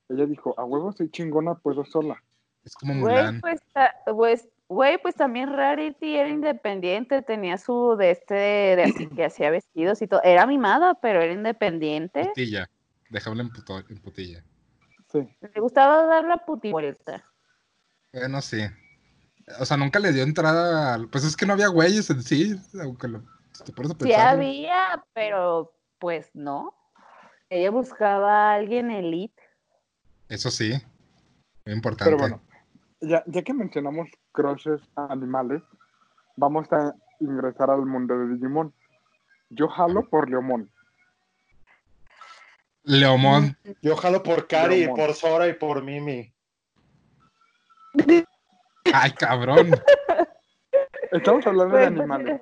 Ella dijo, a huevo soy chingona, puedo sola. Es como Güey, Mulan. pues, ta- pues, güey, pues también Rarity era independiente, tenía su de este, de así que hacía vestidos y todo. Era mimada, pero era independiente. Putilla. Déjame en, puto- en putilla. Sí. Le gustaba dar la puti vuelta. Bueno, sí. O sea, nunca le dio entrada al... Pues es que no había güeyes en sí, aunque lo... si te pones a Sí pensarlo. había, pero pues no. Ella buscaba a alguien elite. Eso sí, muy importante. Pero bueno, ya, ya que mencionamos crushes animales, vamos a ingresar al mundo de Digimon. Yo jalo por Leomón. Leomón, Yo jalo por Cari, Leomón. por Sora y por Mimi. ay cabrón, Estamos hablando de Güey, pues, animales.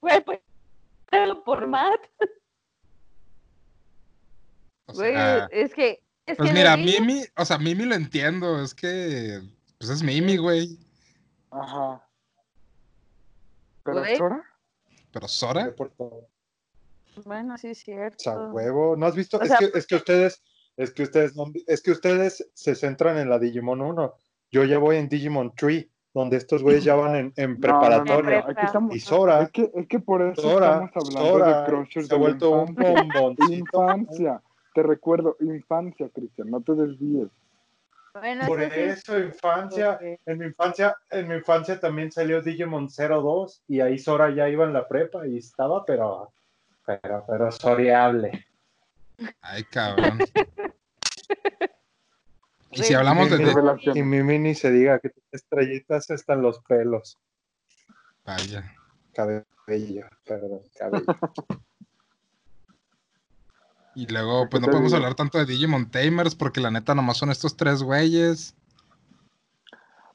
Güey, pues, pero por Matt. o Güey, sea, es que. Es pues que mira, los niños- Mimi, o sea, Mimi lo entiendo, es que, pues es Mimi, güey, Ajá. ¿Pero Güey. Sora? pero Sora, Por favor. Bueno, sí, es O sea, cierto. huevo. ¿No has visto? O es, sea, que, es que ustedes, es que ustedes, no- es que ustedes se centran en la Digimon 1. Yo ya voy en Digimon 3, donde estos güeyes ya van en, en No, no, no, no, preparatoria. Aquí estamos, Y Sora, Es que, es que por eso Sora, estamos hablando Sora, de crushes se ha de la vuelto un infancia. bomboncito. Infancia. Te recuerdo, infancia, Cristian, no te desvíes. Bueno, Por eso sí es eso, infancia, cierto, en mi infancia, en mi infancia también salió Digimon 02 y ahí Sora ya iba en la prepa y estaba, pero, pero, pero soreable. ay cabrón. Y si Güey, hablamos de, Mimi. de- Y Revelación. Mimi ni se diga que estrellitas están los pelos. vaya, Cabello, perdón, cabello. y luego, ¿Qué pues no te podemos digo? hablar tanto de Digimon Tamers, porque la neta nomás son estos tres güeyes,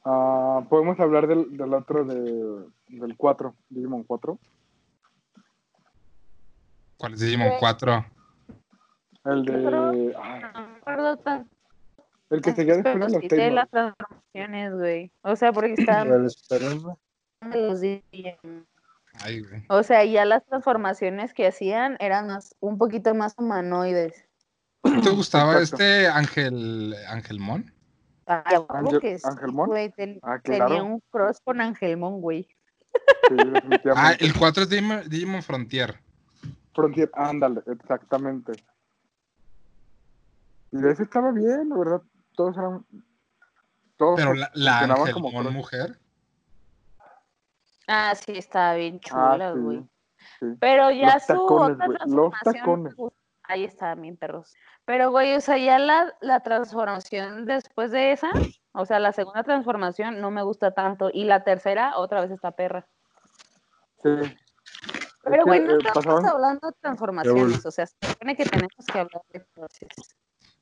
Ah, Podemos hablar del, del otro, de- del 4, Digimon 4. ¿cuál es Digimon 4? El de. Pero- ay, No me acuerdo tanto. el que seguía después pero de los sí sé Taylor. las transformaciones, güey. O sea, porque estaban Pero espérenme. los Digimon. Ay, güey. O sea, ya las transformaciones que hacían eran más, un poquito más humanoides. ¿No ¿Te gustaba Exacto. este Ángel, Angelmon? Ah, yo creo Ángel- que sí, ¿Angelmon? güey, ten- Ah, Tenía claro. un cross con Angelmon, güey. Sí, Ah, definitivamente. el 4 es Digimon, Digimon Frontier. Frontier, ándale, exactamente. Y de ese estaba bien, la verdad. Todos eran. Todos Pero la, la funcionaban Angelmon como- mujer. Ah, sí, estaba bien Ah, chula, sí, güey. sí. Pero ya Los su tacones, otra güey, los transformación. tacones. pues, Ahí estaban bien perros. Pero, güey, o sea, ya la, la transformación después de esa O sea, la segunda transformación no me gusta tanto. Y la tercera, otra vez está perra. Sí. Pero Es que, bueno, no eh, estamos pasaban- hablando de transformaciones. O sea, se supone que tenemos que hablar de cosas.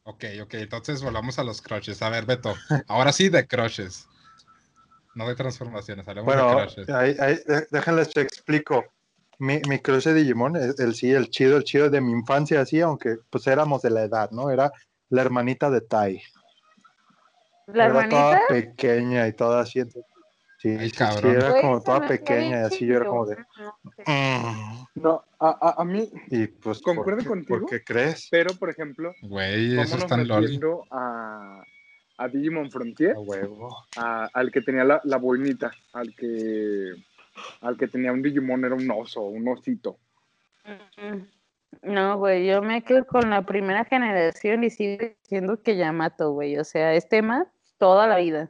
Ok, ok, entonces volvamos a los crushes. A ver, Beto, ahora sí de crushes. No de transformaciones, hablemos de Bueno, crushes. ahí, ahí, de- déjenles te explico. Mi, mi crush de Digimon, el, el sí, el chido, el chido de mi infancia, así, aunque pues éramos de la edad, ¿no? Era la hermanita de Tai. era La hermanita. toda pequeña y toda así. entonces- Sí, sí, Ay, sí, cabrón. era güey, como se toda me hacía pequeña y bien así, yo era como de. chillona, no sé. "Mm". No, a, a, a mí, Y pues. ¿por Concuerdo qué- contigo. ¿Por qué crees? pero por ejemplo, Güey, eso vámonos está en LOL. metiendo a, a Digimon Frontier, A huevo. a- al que tenía la, la boinita, al que al que tenía un Digimon era un oso, un osito. mm, No, güey, yo me quedo con la primera generación y sigo diciendo que Yamato, güey. O sea, es tema toda la vida.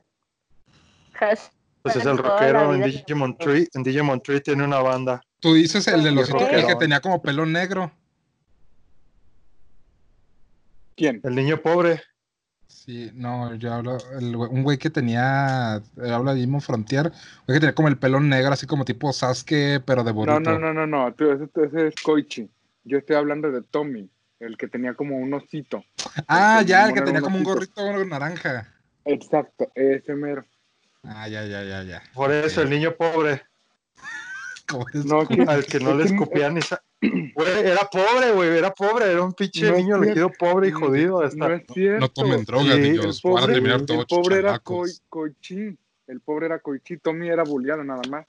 Hash- Pues es Toda el la rockero en vida. Digimon Tree. En Digimon Tree tiene una banda. Tú dices el de los Sí. el que tenía como pelo negro. ¿Quién? El niño pobre. Sí, no, yo hablo, el güey- un güey que tenía, eh, habla de Demon Frontier, un güey que tenía como el pelo negro, así como tipo Sasuke, pero de Boruto. No, no, no, no, no, tú, ese, ese es Koichi. Yo estoy hablando de Tommy, el que tenía como un osito. Ah, ya, el que Bueno, tenía como un unos gorrito naranja. Exacto, ese mero. Ah, ya, ya, ya, ya. Por eso, el niño pobre. Como es- No, que- Al que no le es que- escupían ni sa- Güey, era pobre, güey, era pobre, era un pinche No es niño cierto. elegido pobre y jodido. no Hasta... es cierto. no tomen drogas, Sí, niños, el van a pobre- terminar el todos El pobre era Koi, chamacos. Koichi. El pobre era Koichi. Tommy era bulliado nada más.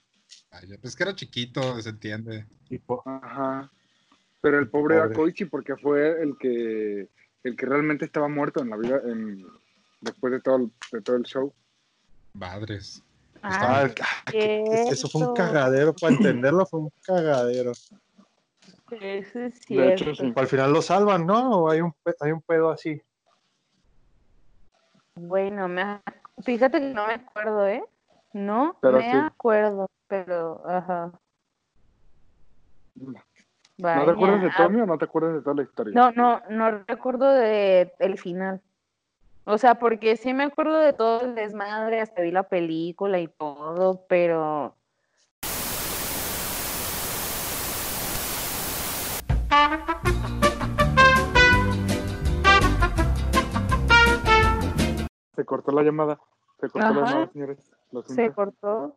Ay, ya, pues que era chiquito, se entiende. Y po- Ajá. Pero el pobre, era Pobre. Koichi porque fue el que el que realmente estaba muerto en la vida en, después de todo, el- de todo el show. Madres. Ah, Ah, el- ah, que- que- que eso fue un cagadero, para entenderlo fue un cagadero. eso es De hecho, cierto. sí. Al final lo salvan, ¿no? O hay un, pe- hay un pedo así. Bueno, me ac- fíjate que no me acuerdo, ¿eh? No Pero me sí. acuerdo, pero ajá. ¿No Vaya, te acuerdas de ah, Tommy o no te acuerdas de toda la historia? No, no, no recuerdo de el final. O sea, porque sí me acuerdo de todo el desmadre, hasta vi la película y todo, pero Se cortó la llamada. Se cortó Ajá. la llamada, señores. Lo se siento. cortó.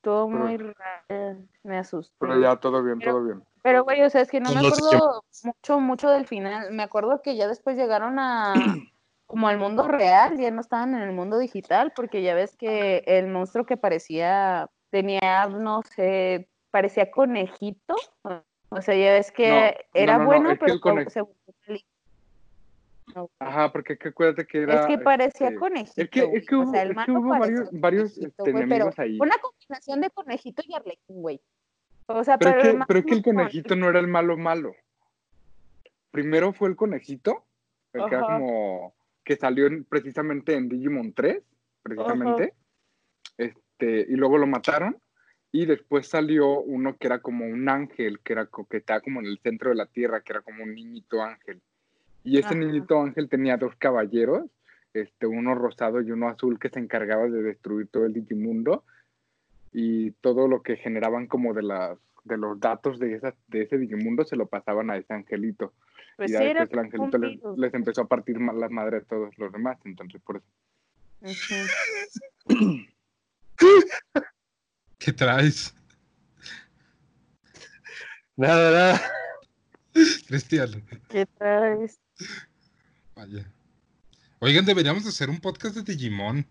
Todo Pero- muy raro, me asusté. Pero ya todo bien, todo bien. Pero, güey, o sea, es que no Pues me no sé acuerdo mucho, mucho del final. Me acuerdo que ya después llegaron a como al mundo real, ya no estaban en el mundo digital, porque ya ves que el monstruo que parecía, tenía, no sé, parecía conejito. O sea, ya ves que No, era no, no, no, bueno, es que pero el conejo- se volvió maligno. No, Ajá, porque es que acuérdate que era. es que parecía este, conejito. Es que, es que güey. O hubo, sea, el es que malo hubo parecía varios, varios conejito, güey, este, pero enemigos ahí. Una combinación de conejito y arlequín, güey. O sea, Pero, pero, es el que, pero es que el malo- conejito no era el malo malo. Primero fue el conejito, el que era Ajá. como que salió en- precisamente en Digimon 3, precisamente. Este, y luego lo mataron. Y después salió uno que era como un ángel, que era co- que estaba como en el centro de la tierra, que era como un niñito ángel. Y ese Ajá. niñito ángel tenía dos caballeros, este, uno rosado y uno azul, que se encargaba de destruir todo el Digimundo y todo lo que generaban como de las de los datos de, esas, de ese Digimundo se lo pasaban a ese angelito. Pues y sí, ya era después el como un angelito les, virus. les empezó a partir ma- las madres a todos los demás. Entonces, por eso. Ujú. ¿Qué traes, Nada, nada. Cristian? ¿Qué traes? Vaya. Oigan, deberíamos hacer un podcast de Digimon.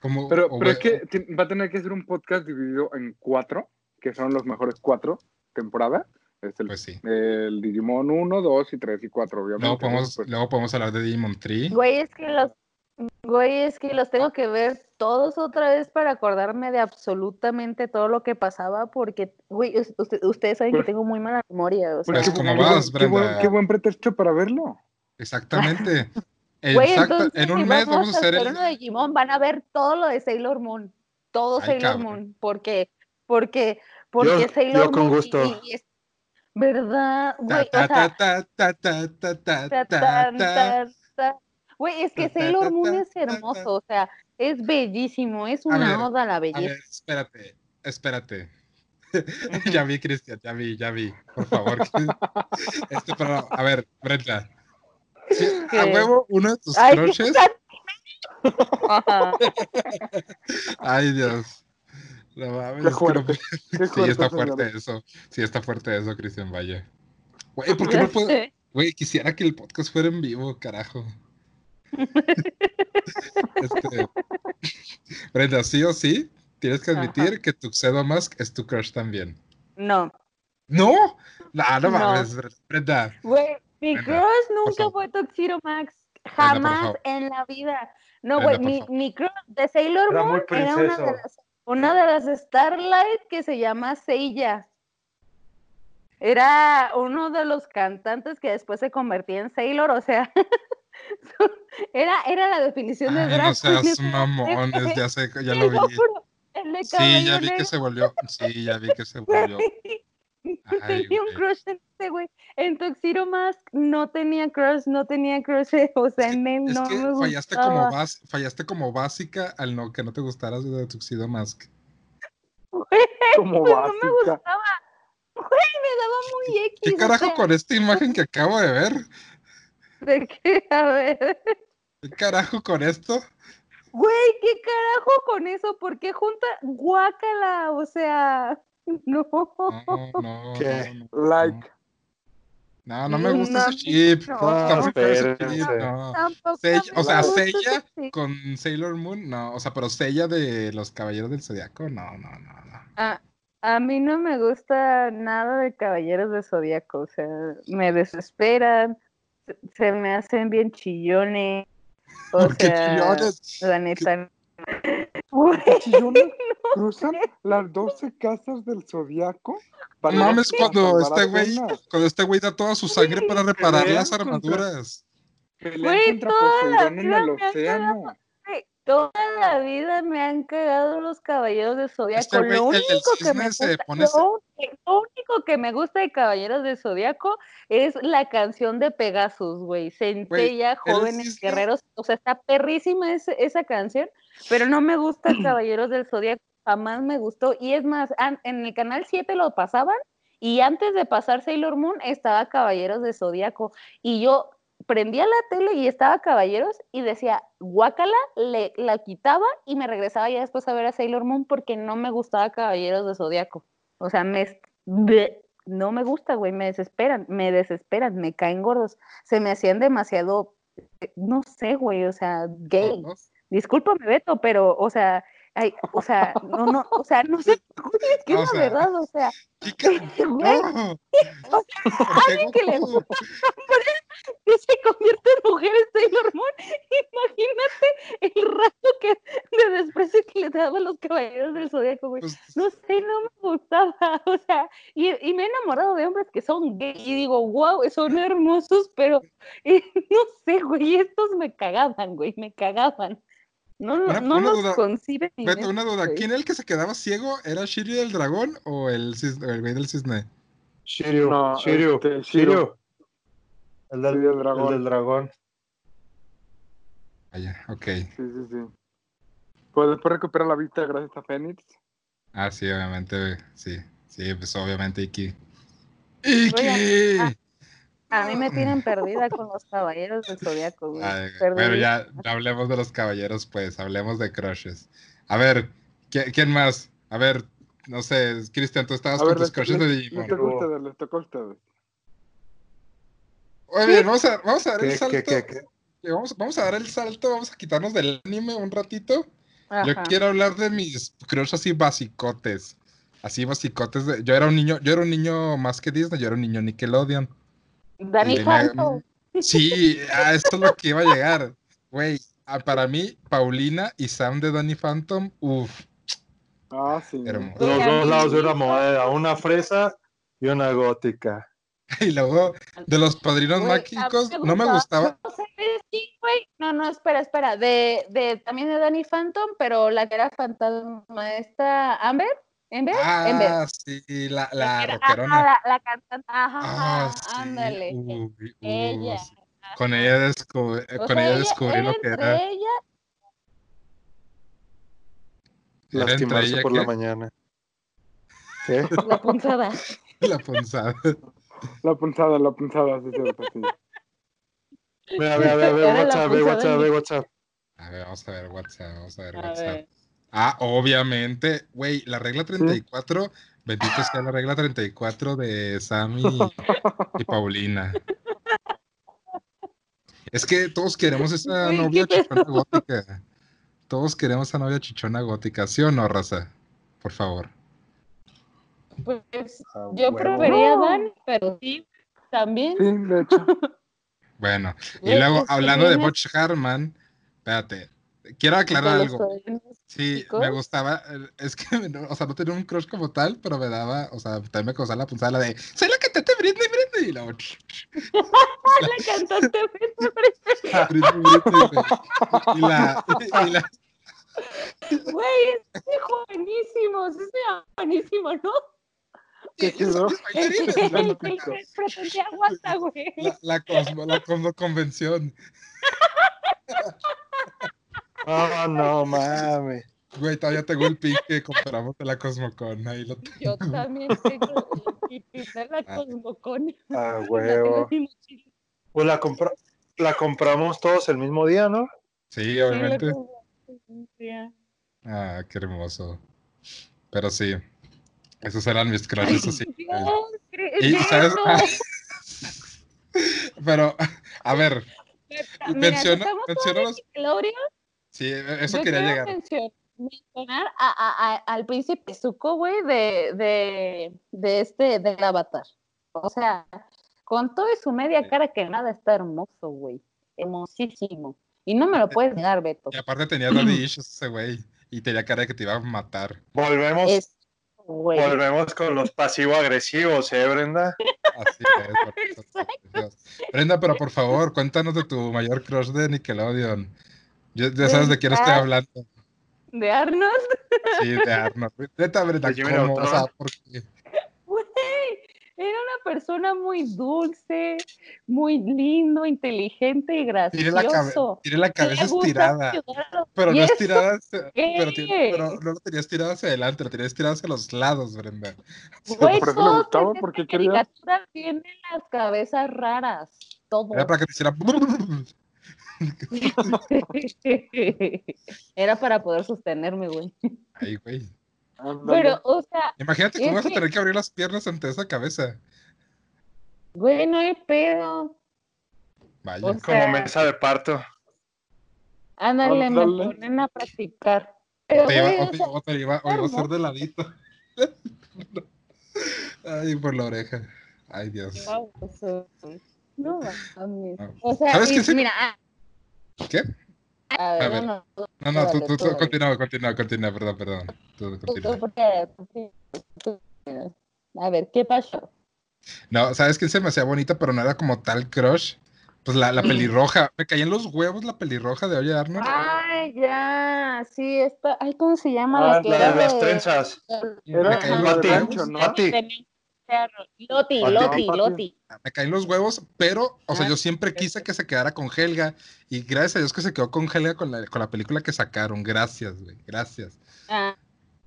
Como, Pero, o pero ve- es que ti- va a tener que ser un podcast dividido en cuatro, que son los mejores cuatro temporadas. Es el, Pues sí. el Digimon 1, 2 y 3 y 4, obviamente. Luego podemos, Pues, luego podemos hablar de Digimon Tree. Güey, es que los güey, es que los tengo que ver todos otra vez para acordarme de absolutamente todo lo que pasaba porque güey, us- usted- ustedes saben que Pues- tengo muy mala memoria, o sea. Pues qué como buen- vas, qué buen- Brenda. qué buen pretexto para verlo. Exactamente. Güey, Exacta- entonces, en un si mes vamos a hacer el. uno de Digimon, van a ver todo lo de Sailor Moon, todo Ay, Sailor cabrón. Moon, porque porque porque Yo- Sailor yo con Moon y- gusto. y- y es- verdad, güey, Ta, o sea, ta, ta, ta, ta, ta, ta, ta, Ta, ta, tan, ta. tan, tan. Güey, es que Sailor Moon es hermoso, o sea, es bellísimo, es ver, una oda a la A belleza. ver, espérate, espérate. ya vi, Cristian, ya vi, ya vi. Por favor. este programa- A ver, Brenda. Sí, a ¿Qué? huevo, uno de tus Ay, qué croches. Ajá. Ay, Dios. No mames. Qué es que no- fuerte. Qué Sí, fuerte, está señores. fuerte eso. Sí, está fuerte eso, Cristian Valle. Güey, ¿por qué no puedo? Güey, quisiera que el podcast fuera en vivo, carajo. Este, Brenda, sí o sí, tienes que admitir que tu Mask es tu crush también. No, ¡No! No, no No. mames, Bre- Brenda. güey, mi Venga, crush nunca favor. fue Tuxedo Max, por jamás favor. en la vida. No, Venga, güey, por mi, favor. mi crush de Sailor Era muy Moon era una de princesa. las, una de las Starlight que se llama Seiya. Era uno de los cantantes que después se convertía en Sailor, o sea, era, era la definición de Ay, drag no seas queen. mamones, ya sé, ya Te lo lo vi. juro, el de Sí, cabello ya vi que negro. se volvió. Sí, ya vi que se volvió. Güey, Ay, tenía un güey. crush en ese güey. En Tuxedo Mask no tenía crush, no tenía crush. eh, O sea, en él Es no que me fallaste gustaba. como, bas- fallaste como básica al no que no te gustara de Tuxedo Mask. Güey, Como pues, no me básica. gustaba. Güey, me daba muy X. ¿Qué o carajo sea, con esta imagen que acabo de ver? ¿De qué? A ver. ¿Qué carajo con esto? Güey, ¿qué carajo con eso? ¿Por qué junta guácala? O sea, no. No, no, no, ¿Qué? no. Like. No, no me gusta No, ese chip. no. Está muy feo ese Espérense. chip, no. Tampoco Seiya- me o sea, gusta Seiya ese- Con Sailor Moon, no. O sea, pero Sella de los Caballeros del Zodiaco, no, no, no. no. A, a mí no me gusta nada de Caballeros de Zodíaco, o sea, me desesperan, se- se me hacen bien chillones, o ¿Por qué sea, chillones? la neta. Güey, Chillones cruzan las 12 casas del zodiaco. para No mames, ir a cuando salvar este a güey, Atenas. cuando este güey da toda su sangre para reparar Pelean las contra- armaduras. Pelean Güey, contra toda la Poseidón en vida el me han océano. Toda la vida me han cagado los Caballeros de Zodíaco. Este güey, el lo, del único que me cisne se gusta, pone ese- lo un- lo único que me gusta de Caballeros de Zodíaco es la canción de Pegasus, güey. Centella, ¿era el Jóvenes cisne? Guerreros. O sea, está perrísima es- esa canción, pero no me gusta Caballeros del Zodíaco. Jamás me gustó. Y es más, an- en el canal 7 lo pasaban. Y antes de pasar Sailor Moon estaba Caballeros de Zodíaco. Y yo prendía la tele y estaba Caballeros y decía, guácala, le, la quitaba y me regresaba ya después a ver a Sailor Moon porque no me gustaba Caballeros de Zodíaco. O sea, me, es- bleh, no me gusta, güey, me desesperan, me desesperan, me caen gordos. Se me hacían demasiado, eh, no sé, güey, o sea, gay. Todos. Discúlpame, Beto, pero, o sea, ay, o sea, no, no, o sea, no sé, güey, es que O la sea, verdad, o sea, Chica, güey, no. o alguien que le Goku? que se convierte en mujer es Sailor Moon. Imagínate el rato que de desprecio que le daba a los caballeros del zodiaco, güey. Pues, No sé, no me gustaba, o sea, y, y me he enamorado de hombres que son gay y digo, wow, son hermosos, pero eh, no sé, güey, estos me cagaban, güey, me cagaban. No, lo- Una- no una los duda. conciben. ni Beto, ven. una duda, güey. ¿quién era el que se quedaba ciego? ¿Era Shiryu el dragón o el, cis- o el güey del cisne? Shiryu, No, Shiryu, este, Shiryu. Shiryu. El Sí, del, el el dragón. del dragón. Vaya, Ah, ok. Sí, sí, sí. Pues después recupera la vista gracias a Fénix. Ah, sí, obviamente, sí. Sí, pues obviamente Iki. ¡Iki! ah, A mí me Mm. tienen perdida con los caballeros del zodiaco, güey. Ay, pero perdidísima. ya, ya hablemos de los caballeros, pues, hablemos de crushes. A ver, ¿qui- ¿quién más? A ver, no sé, Cristian, tú estabas A ver, con tus les, crushes de les- les Digimon. tocó a Luego. ustedes, les tocó a ustedes. Muy bien, vamos a, vamos a dar el ¿Qué, salto. qué, qué, qué? Vamos, vamos a dar el salto, vamos a quitarnos del anime un ratito. Yo Ajá. quiero hablar de mis crushes así basicotes. Así basicotes. de- yo era un niño, yo era un niño más que Disney, yo era un niño Nickelodeon. Dani Y tenía- Hanson. Sí, a esto es lo que iba a llegar. Güey, ah, para mí, Paulina y Sam de Danny Phantom, uff, Ah, sí. hermoso. Los Oigan, dos lados de una y- moneda, una fresa y una gótica. Y luego, de los padrinos Güey, a mí mágicos, no me gustaba. No, ¿sabes qué, güey? no, no, espera, espera. De, de, también de Danny Phantom, pero la que era fantasma, esta Amber, Amber, Amber. Ah, sí, la, la que era- rockerona. ah, la, la cantante, ajá, Ah, ajá, sí, ándale. uy, uy, Ella, sí. Con ella, descubrí, eh, O con sea, ella ella- descubrí él lo que entre era. ella Era entre Lastimarse ella por que- la mañana. ¿Qué? y la punzada. La punzada. La punzada, la punzada, sí, cierto, sí. Ve, ve, ve, ve, Era la WhatsApp, ve, punzada WhatsApp, de- ve, WhatsApp. A ver, vamos a ver WhatsApp, vamos a ver A WhatsApp. ver. Ah, obviamente, güey, la regla 34, bendito sea la regla 34 de Sammy y Paulina. Es que todos queremos esa Güey, novia ¿qué chichona gótica. Todos queremos esa novia chichona gótica, ¿sí o no, raza? Por favor. Pues, Ah, yo huevo. prefería a Dan, pero sí, también. Sí, de hecho. Bueno, y Güey, pues, luego es que hablando de viene- Butch Harman, espérate, quiero aclarar de los algo. jóvenes. Sí, me chicos. gustaba, eh, es que, no, o sea, no tenía un crush como tal, pero me daba, o sea, también me causaba la punzada de, soy la cantante Britney, Britney, y la otra, Ah, La cantante me Britney, Britney, güey. y la, y la, Güey, es buenísimo, es buenísimo, ¿no? ¿Qué quedó? y- El y- que y- el la- que pretendía guasa, güey. la, la cosmo, la cosmo convención, Ah, no mames. güey, todavía tengo el pic que compramos de la Cosmocon, ahí lo tengo. Yo también tengo el pipí de la Cosmocon. Ah, La tengo huevo. en mi mochila. Pues la, compra- la compramos todos el mismo día, ¿no? Sí, Sí, la obviamente, tengo en mi ah, qué hermoso, pero sí, esos eran mis crushes así, güey. mochila. Dios, ¿crees Y, ¿sabes? Ah, eso? Pero, a ver, Mira, menciona- estamos menciona todos los- en Nickelodeon. sí, e, eso Yo quería quiero llegar. mencio- Mencionar a- a- a- al príncipe Zuko, güey, de, de, de este, del avatar. O sea, con todo y su media cara que nada está hermoso, güey. Hermosísimo. Y no me lo puedes negar, Beto. Y aparte tenía daddy issues ese güey. Y tenía cara de que te iba a matar. Volvemos, Es, güey. volvemos con los pasivo-agresivos, ¿eh, Brenda? Así es. por eso, Dios. Brenda, pero por favor, cuéntanos de tu mayor crush de Nickelodeon. Yo- ya sabes de quién estoy Ah. hablando. De Arnold, Sí, de Arnold. Neta, Brenda, De Jimmy ¿cómo? O sea, Neutron. ¿por qué? güey. Era una persona muy dulce, muy lindo, inteligente y Tiene la, cabe- gracioso. tiene la cabeza Le gusta estirada. ayudar a los- Pero ¿Y no eso estirada. hacia- qué? Pero, tiene- pero no lo tenías tirado hacia adelante, lo tenías estirado hacia los lados, Brenda. Güey, Por eso le todos gustaba, en porque esta quería- caricatura tienen las cabezas raras. Todos. Era para que te hiciera. Era para poder sostenerme, güey. Ay, güey. Ándale. Pero, o sea, Imagínate Es cómo vas a que- tener que abrir las piernas ante esa cabeza. güey, no hay pedo. Vaya. O sea, Como mesa de parto. ándale, me Ándale. ponen a practicar. Pero, te iba, güey, o o te- sea, o te iba- o iba a ser de ladito. Ay, por la oreja. Ay, Dios. wow, o sea, no mames. No. O sea, Ah, ¿Sabes y qué sí? mira, ah, ¿Qué? a ver, A ver. no, no, No, no, tú, Dale, tú, tú tú, dale. continúa, continúa, continúa, perdón, perdón. Tú, tú, continúa. tú, porque- tú, tú, a ver, ¿qué pasó? No, ¿sabes quién se me hacía bonita, pero no era como tal crush? Pues la, la Mm. pelirroja. Me caía en los huevos la pelirroja de Oye Arnold. Ah, Ay, ya, sí, esta, ay, ¿cómo se llama Ah, la que la era de las de- trenzas. me, Era caía en la los Mati, de huevos, rancho, ¿no? Mati. Loti, Pati. Loti, Pati. Loti. me caía en los huevos, pero, o sea, Ah, yo siempre quise que se quedara con Helga. Y gracias a Dios que se quedó con Helga con la, con la película que sacaron. Gracias, güey, gracias. Ah,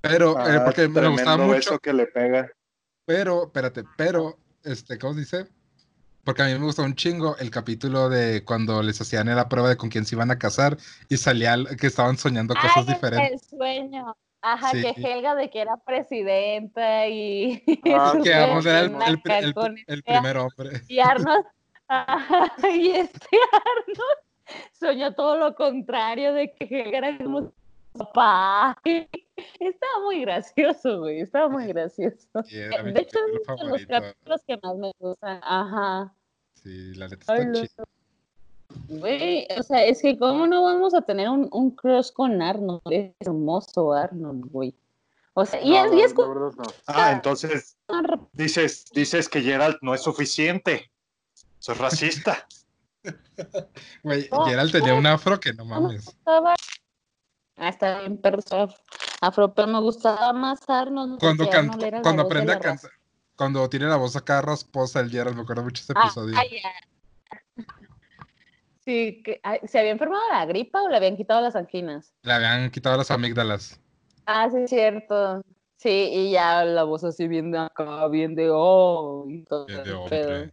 Pero, eh, Ah, porque me gustaba tremendo mucho. beso que le pega. Pero, espérate, pero, este, ¿cómo se dice? Porque a mí me gustó un chingo el capítulo de cuando les hacían la prueba de con quién se iban a casar y salía l- que estaban soñando cosas ay, diferentes. el sueño. Ajá, Sí. que Helga de que era presidenta y. Ah, su Que vamos era el, sueño el, pri- el- con el este primer hombre. Y Arnold. ajá, y este Arnold soñó todo lo contrario de que Helga era como su papá. Estaba muy gracioso, güey. Estaba muy gracioso. Sí, era mi de hecho, capítulo es de los favorito. capítulos que más me gustan. Ajá. Sí, la neta Ay, está no. chida. Güey, o sea, es que cómo no vamos a tener un, un crush con Arnold, es hermoso Arnold, güey. O sea, y No, es, y es la verdad no. Ah, entonces dices, dices que Gerald no es suficiente. Sos racista. Güey, Oh, Gerald tenía un afro que no mames. gustaba. Ah, está bien, perro, está afro, pero me gustaba más Arnold. Cuando, porque can- Arnold era la cuando voz de aprende la a cantar, Ah, cuando tiene la voz acá rasposa el Gerald, me acuerdo mucho ese raza. episodio. Ah, ay, ah. Sí, que- ay, ¿se había enfermado de la gripa o le habían quitado las anginas? Le habían quitado las amígdalas. Ah, sí, es cierto. Sí, y ya la voz así bien de acá, bien de oh, y todo eh, de- de el hombre. pedo.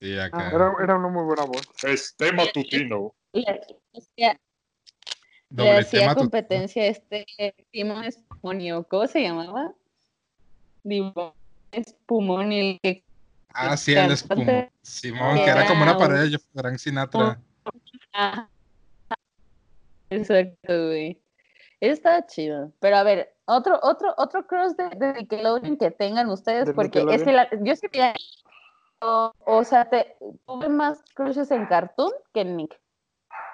Sí, acá. Era, era una muy buena voz. Este matutino. Le hacía, le Doble hacía tema, tu- competencia este Timón Espumonio, ¿cómo se llamaba? Timón Espumonio, el que Ah, sí, el espumón. cantante. Simón, que era como una Era pared de Frank Sinatra. Ajá. Exacto, güey. Está chido. Pero a ver, otro, otro, otro cross de, de Nickelodeon que tengan ustedes, De porque es que la- yo sí veía- o, o sea, te, tuve más crushes en Cartoon que en Nick.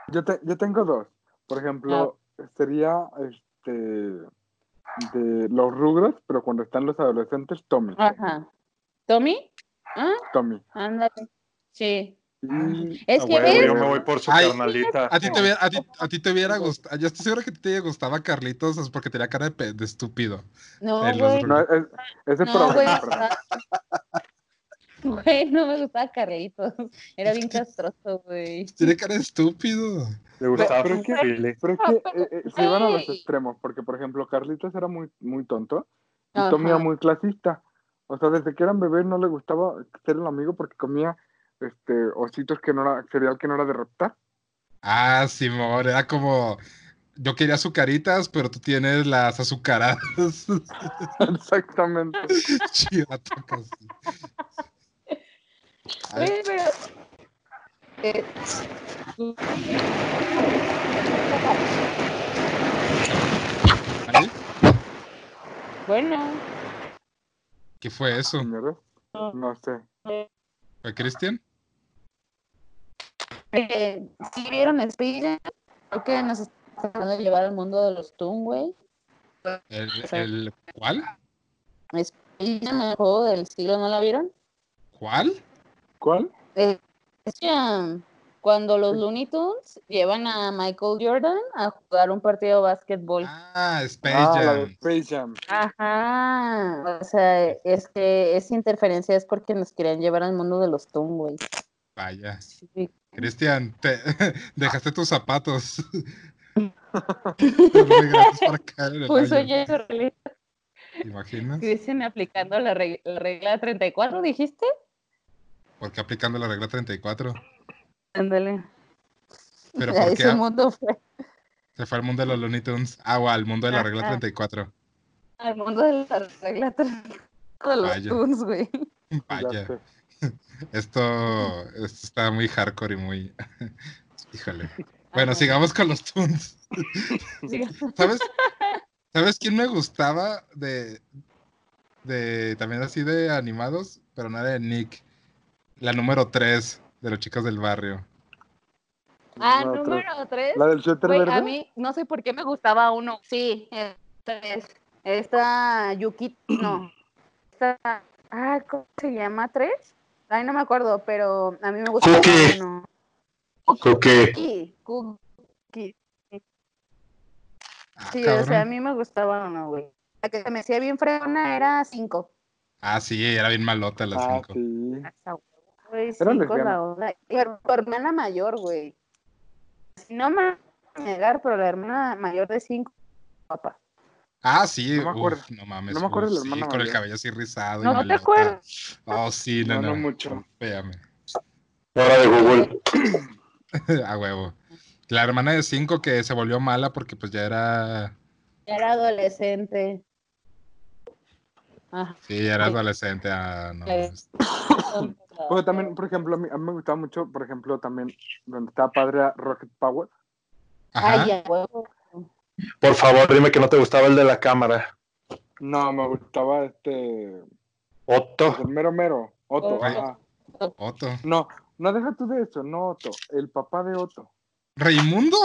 Yo, te- yo tengo dos. Por ejemplo, Ah. sería este de los rugros, pero cuando están los adolescentes, Tommy. Ajá. ¿Tommy? ¿Ah? Tommy. Ándale. Sí. Y Es Ah, que bueno, ves, Yo me voy por su Ay. carnalita. A ti te hubiera, a ti, a ti te hubiera gustado. Yo estoy seguro que te gustaba Carlitos es porque tenía cara de, pe- de estúpido. no, de los güey. dos. Pues no, es, ese No, güey. programa. o sea, Güey, no me gustaba Carlitos. Era bien castroso, güey. Tiene cara de estúpido. Le gustaba Pero- pero es que- Fili. Pero es No, que pero- eh, eh, se iban a los ¡Ey! extremos, porque por ejemplo Carlitos era muy, muy tonto y Ajá. Tommy era muy clasista. O sea, desde que eran bebés no le gustaba ser el amigo porque comía este ositos que no era cereal que no era de reptar. Ah, Simón, era como. Yo quería azucaritas, pero tú tienes las azucaradas. Exactamente. Chivato, casi. Ay, Oye, pero. Eh, ay, bueno, ¿Qué fue eso? señores. Ah. No sé. ¿Fue Cristian? eh, si vieron Spider, creo que nos están tratando de llevar al mundo de los Toon, güey. ¿El, el- cuál? Spider, el juego del siglo, ¿no la vieron? ¿Cuál? ¿Cuál? Eh, es que, Ah, cuando los Looney Tunes llevan a Michael Jordan a jugar un partido de básquetbol. Ah, Space Ah, la de Jam. Space Jam. Ajá, o sea, es que esa interferencia es porque nos querían llevar al mundo de los Toon, güey. Vaya. Sí. Cristian, te dejaste tus zapatos. Los regresaste para caer en el Puso hoyo, ya su realidad. ¿Te imaginas? Cristian aplicando la reg- la regla, 34, dijiste? ¿Por qué aplicando la regla 34? Ándale. Pero Ahí ¿por su qué mundo fue se fue al mundo de los Looney Tunes? Ah, o al mundo de la regla Ajá. 34. al mundo de la regla 34 de los Vaya. Toons, güey. Ya Vaya. sé. Esto, esto está muy hardcore y muy. Híjole. Bueno, Ajá. sigamos con los Toons. Siga- ¿Sabes? ¿Sabes quién me gustaba de. de también así de animados, pero no de Nick? La número 3 de los chicos del barrio. Ah, Número tres. número 3. La del suéter Güey, verde. a mí no sé por qué me gustaba uno. Sí, esta es. Esta Yuki, no. Esta, ah, ¿cómo se llama? ¿Tres? Ay, no me acuerdo, pero a mí me gustaba Cookie. uno. Cookie. Cookie, Cookie. Ah, Sí, o sea, a cabrón. mí me gustaba uno, güey. La que se me hacía bien fregona era cinco. Ah, sí, era bien malota la Ah, 5. sí. Hasta huevo, güey, Era cinco lesbiana. la onda. Y her- tu hermana mayor, güey. No me vas a negar, pero la hermana mayor de cinco, papá. Ah, sí, No me uf, acuerdo. no mames. No me acuerdo uf, de la sí, hermana con el mayor. cabello así rizado. y No, no te malota. acuerdas. Oh, sí, no, No, no. no mucho. Véame. Hora de Google. A huevo. La hermana de 5 que se volvió mala porque pues ya era. Ya era adolescente. Ajá. Sí, era Sí. adolescente. Ah, no. Sí. es- Porque también, por ejemplo, a mí, a mí me gustaba mucho, por ejemplo, también donde estaba padre era Rocket Power. Ajá. Ay, a huevo. Por favor, dime que no te gustaba el de la cámara. No, me gustaba este. pues, Otto. El mero mero. Otto. Otto. ajá. Otto. No, no deja tú de eso, no Otto. El papá de Otto. ¿Raimundo?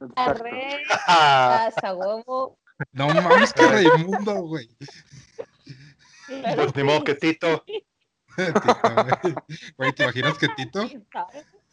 Exacto. Arre, Ah, hasta huevo. No mames, que Raimundo, güey. Claro pues ni modo que que Tito. Tito, güey. Güey, ¿te imaginas que Tito? sí, ¿sabes?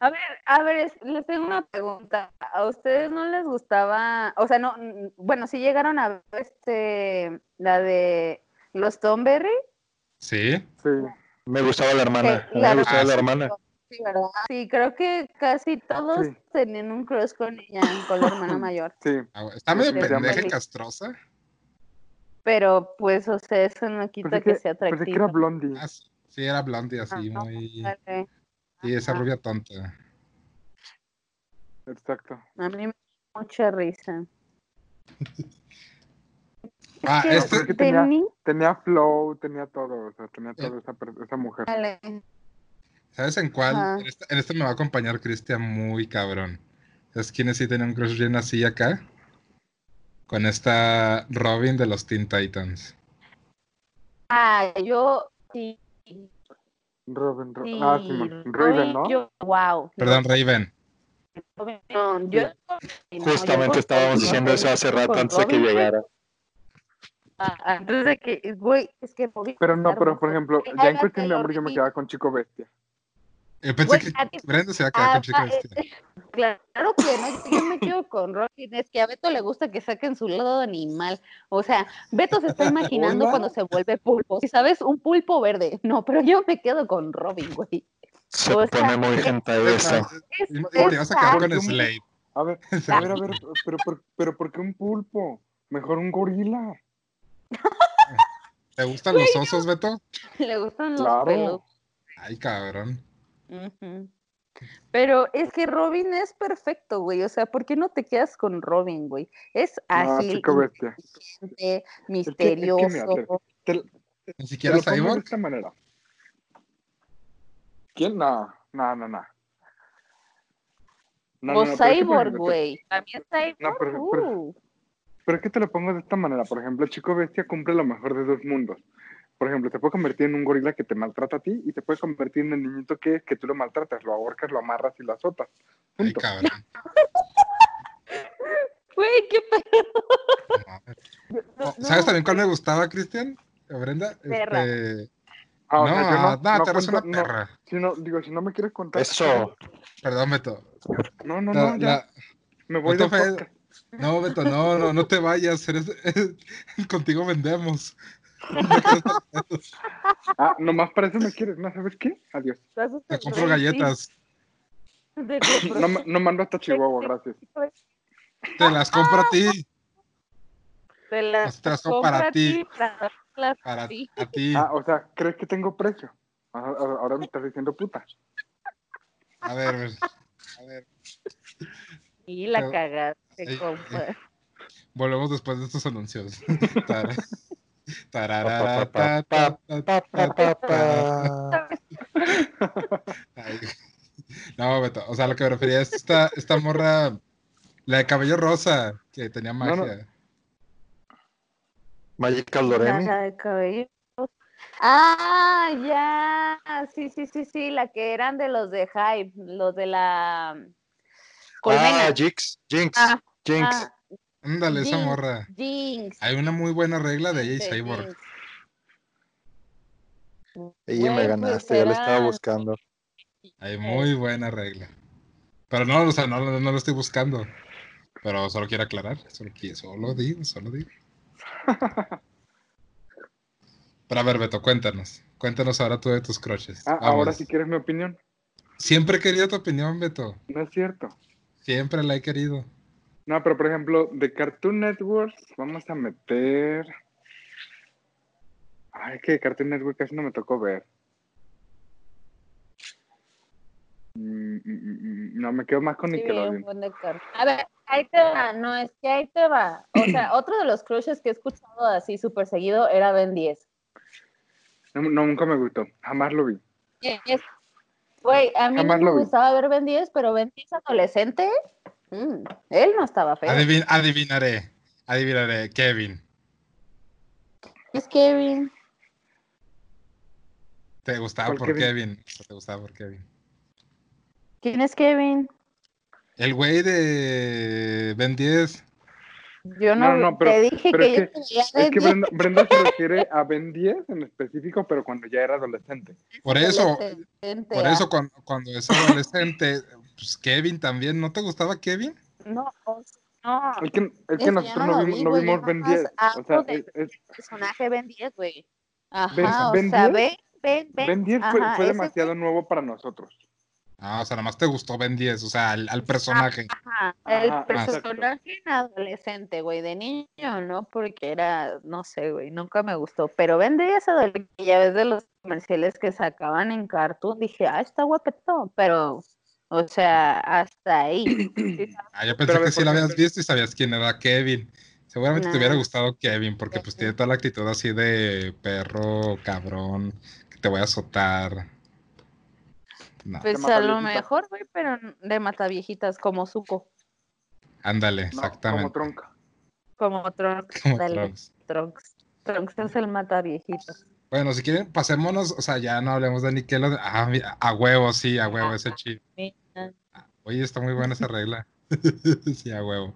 A ver, a ver, es- les tengo una pregunta. ¿A ustedes no les gustaba, o sea, no, mm, bueno, si llegaron a ver este, la de los Tomberry? Sí, Sí. Me gustaba la hermana. Sí, a mí la me gustaba la hermana. Sí, ¿verdad? Sí, creo que casi todos Sí. tenían un crush con ella, con la hermana mayor. Sí, Ah, güey. está medio Sí, pendeja y sí. castrosa. Pero pues, o sea, eso no quita Pensé que, Pues que- sea pensé que era atractivo. Blondie. Ah, sí, sí, era blondie así, Ajá, muy. Vale. Sí, esa Ajá. rubia tonta. Exacto. A mí me da mucha risa. Ah, que este- Porque tenía- tenía... Tenía flow, tenía todo, o sea, tenía Sí. todo esa, per- esa mujer. Vale. ¿Sabes en cuál? Ajá. En esta, en esta me va a acompañar Cristian muy cabrón. Es quienes sí tenían un crush bien así acá. Con esta Robin de los Teen Titans. Ah, yo sí. Robin, Ro- sí, ah, Simón. Raven, ¿no? Yo, wow. Perdón, Raven. Robin, no, yo, no, Justamente yo- estábamos yo- diciendo eso hace rato con antes de que Robin, llegara. ah, Antes de que, güey, es que Robin- Pero no, pero por ejemplo, ya en Alba cuestión de Taylor hombre yo me Reid. quedaba con Chico Bestia. Yo pensé Güey, que a ti- Brenda se iba a quedar Ah, con chico eh, vestido. Claro que no, yo me quedo con Robin, es que a Beto le gusta que saquen su lado animal. O sea, Beto se está imaginando Hola. cuando se vuelve pulpo. Si sabes, un pulpo verde. No, pero yo me quedo con Robin, güey. Se O sea, pone muy hentai eso. Es Te ibas a quedar esa- con Slade. A ver, a ver, a ver, pero, por- pero ¿por qué un pulpo? Mejor un gorila. ¿Te gustan los osos, Beto? le gustan los pelos. Claro. Ay, cabrón. Ujú. Pero es que Robin es perfecto, güey. O sea, ¿por qué no te quedas con Robin, güey? Es Ah, ágil, Chico Bestia. inteligente, que mira, misterioso. Te, Ni te siquiera lo pongo de Cyborg. esta manera. ¿Quién? No, no, no, no. No, no, o no, pero es que, por Cyborg, ejemplo, güey. También Cyborg. pero- pero- uh. Pero es que te lo pongo de esta manera. Por ejemplo, Chico Bestia cumple lo mejor de dos mundos. Por ejemplo, te puede convertir en un gorila que te maltrata a ti y te puede convertir en el niñito que que tú lo maltratas, lo ahorcas, lo amarras y lo azotas. Ay, Punto. cabrón. Güey, qué No mames. No, no, ¿Sabes también cuál me gustaba, Cristian? ¿O Brenda. Perra. Este... Ah, no, o sea, yo no, Terra es cuento- una perra. no, si no, digo, si no me quieres contar. Eso. Perdón, Beto. No, no, La- no, ya. la- me voy Beto de fue- podcast. No, Beto, no, no, no te vayas. eres- Contigo vendemos. Ah, nomás para eso me quieres. ¿No sabes qué? Adiós. paso Te tan compro racista galletas. de tu No, ma- no mando hasta Chihuahua, gracias. propio- Te las compro a ti. Te las Ah, Te las compro compra para a ti. ti. para las- Para Sí. a ti. Ah, o sea, ¿crees que tengo precio? Ahora, ahora- ahora me estás diciendo puta. A ver, a ver, a ver. Y la Pero- cagaste, Ay, compa. Volvemos después de estos anuncios. Tar- Pa, tarara, pa, ta, pa, ta, ta, Pa, pa, pa, pa. Ay, güey. No, Beto, o sea, lo que me refería es esta, esta morra, la de cabello rosa, que tenía No, no. magia. Magical Loremi. La de cabello. Ah, ya. Sí, sí, sí, sí. La que eran de los de Hype, los de la um, colmena. Ah, Jinx. Jinx. Ah, Jinx. ah, Ándale, esa Jinx. morra. Jinx. Hay una muy buena regla de ella y de Cyborg. Jinx. Y me Güey, ganaste, pues, ya lo estaba eran- buscando. Hay muy buena regla. Pero no, o sea, no, no, no lo estoy buscando. Pero solo quiero aclarar. Solo, qui- solo digo, solo digo. Pero a ver, Beto, cuéntanos. Cuéntanos ahora tú de tus croches. Ah, ahora si quieres mi opinión. Siempre he querido tu opinión, Beto. No es cierto. Siempre la he querido. No, pero por ejemplo, de Cartoon Network vamos a meter. Ay, que de Cartoon Network casi no me tocó ver. Mm, mm, mm, mm, No, me quedo más con Sí, un Nickelodeon. buen de car- A ver, ahí te va, no, es que ahí te va. O sea, otro de los crushes que he escuchado así súper seguido era Ben 10. No, no, nunca me gustó. Jamás lo vi. Es- Güey, a mí Jamás no me lo vi. gustaba ver Ben 10, pero Ben 10 adolescente, mm, él no estaba feo. Adivin- adivinaré. Adivinaré. Kevin. Es Kevin. Te gustaba ¿Cuál por Kevin. Kevin? O sea, Te gustaba por Kevin. ¿Quién es Kevin? El güey de Ben 10. Yo no, No, no, pero- te dije pero es que yo que- tenía Es que 10. Brenda, Brenda se refiere a Ben 10 en específico, pero cuando ya era adolescente. Por eso, Adolescente, por ah. eso cuando, cuando es adolescente, pues Kevin también, ¿no te gustaba Kevin? No, o sea, no, Es que, es Eso que Ah, ya nosotros no no lo vimos, vi, no güey, vimos yo Ben nomás 10. O sea, hablo de- es- es- el personaje Ben 10, güey. Ben- Ajá, o Ben sea, 10? Ben, Ben, Ben. Ben 10 fue, ajá, fue ese demasiado nuevo para nosotros. Ah, o sea, nada más te gustó Ben 10, o sea, al, al personaje. Ajá, el Ajá, exacto. personaje en adolescente, güey, de niño, ¿no? Porque era, no sé, güey, nunca me gustó. Pero Ben 10 adolescente, ya ves de los comerciales que sacaban en Cartoon, dije, ah, está guapetón, pero, o sea, hasta ahí. Sí, Ah, yo pensé Pero a ver, que sí por lo habías ejemplo- visto y sabías quién era Kevin. Seguramente te Nah. hubiera gustado Kevin, porque pues Sí. tiene toda la actitud así de perro, cabrón, que te voy a azotar. No, Pues mata a lo viejitas. mejor, güey, pero n- de mataviejitas, como Zuko, ándale, No, exactamente. Como tronca. como Trunks. como dale, Trunks. Trunks. Trunks es el mataviejitas. Bueno, si quieren, pasémonos, o sea, ya no hablemos de Nickelodeon. Ah, mira, a huevo, sí, a huevo, ese chip. Ah, Mira, Oye, está muy buena esa regla. sí, a huevo.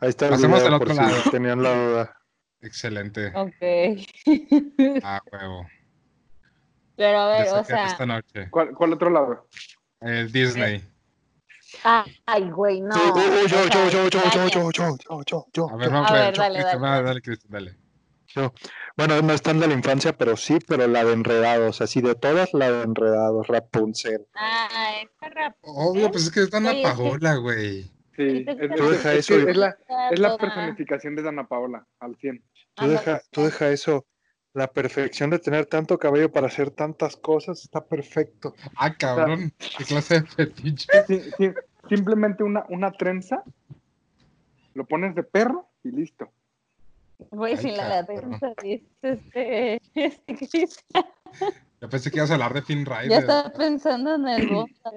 Ahí está el Pasemos video, al por otro si lado. tenían la duda. Excelente. Ok. A Ah, huevo. Pero a ver, Ya o sé que sea. esta noche. ¿Cuál, cuál otro lado? El Disney. Ah, Ay, güey, no. Sí, uh, yo, o sea, yo, yo, yo, yo, vaya. yo, yo, yo, yo, yo. A ver, vamos a A ver, ver. dale, Cristian, dale. Dale, dale, Cristian, dale. Bueno, no es tan de la infancia, pero sí, pero la de enredados, así de todas la de enredados, Rapunzel. Ah, esta Obvio, pues es que es Dana Oye, es que- Paola, güey. Sí, Yo es, es- creo que es que eso- es la, es la persona. personificación de Dana Paola al 100. Tú Ajá. deja, tú deja eso. La perfección de tener tanto cabello para hacer tantas cosas está perfecto. Ah, cabrón. ¿Qué clase de fetiche? Sí, sí, simplemente una, una trenza, lo pones de perro y listo. Güey, Ay, sin la cabrón. latencia dice este. este Chris. Yo pensé que ibas a hablar de Finn Rider. Ya estaba pensando en el Bosa.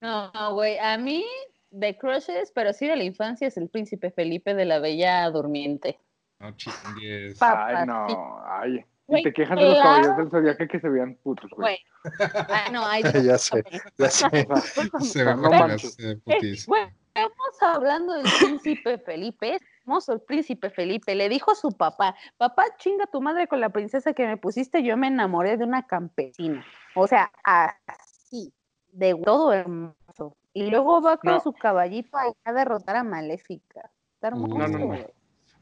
No, no, güey, a mí de crushes, pero sí de la infancia es el príncipe Felipe de la Bella Durmiente. No chingues. Papá, Ay, no, ay. Güey, Y te quejas de los claro. caballeros del zodiaco que se vean putos, güey. Güey. Ah, no, ay, Ya sé. Ya sé. O sea, Se ve no como que manches. hace Eh, putis. güey, Estamos hablando del príncipe Felipe, es hermoso el príncipe Felipe. Le dijo a su papá, papá, chinga tu madre con la princesa que me pusiste, yo me enamoré de una campesina. O sea, así, de hue- todo hermoso. Y luego va con No. su caballito ahí a derrotar a Maléfica. Está hermoso. No, no, no. güey.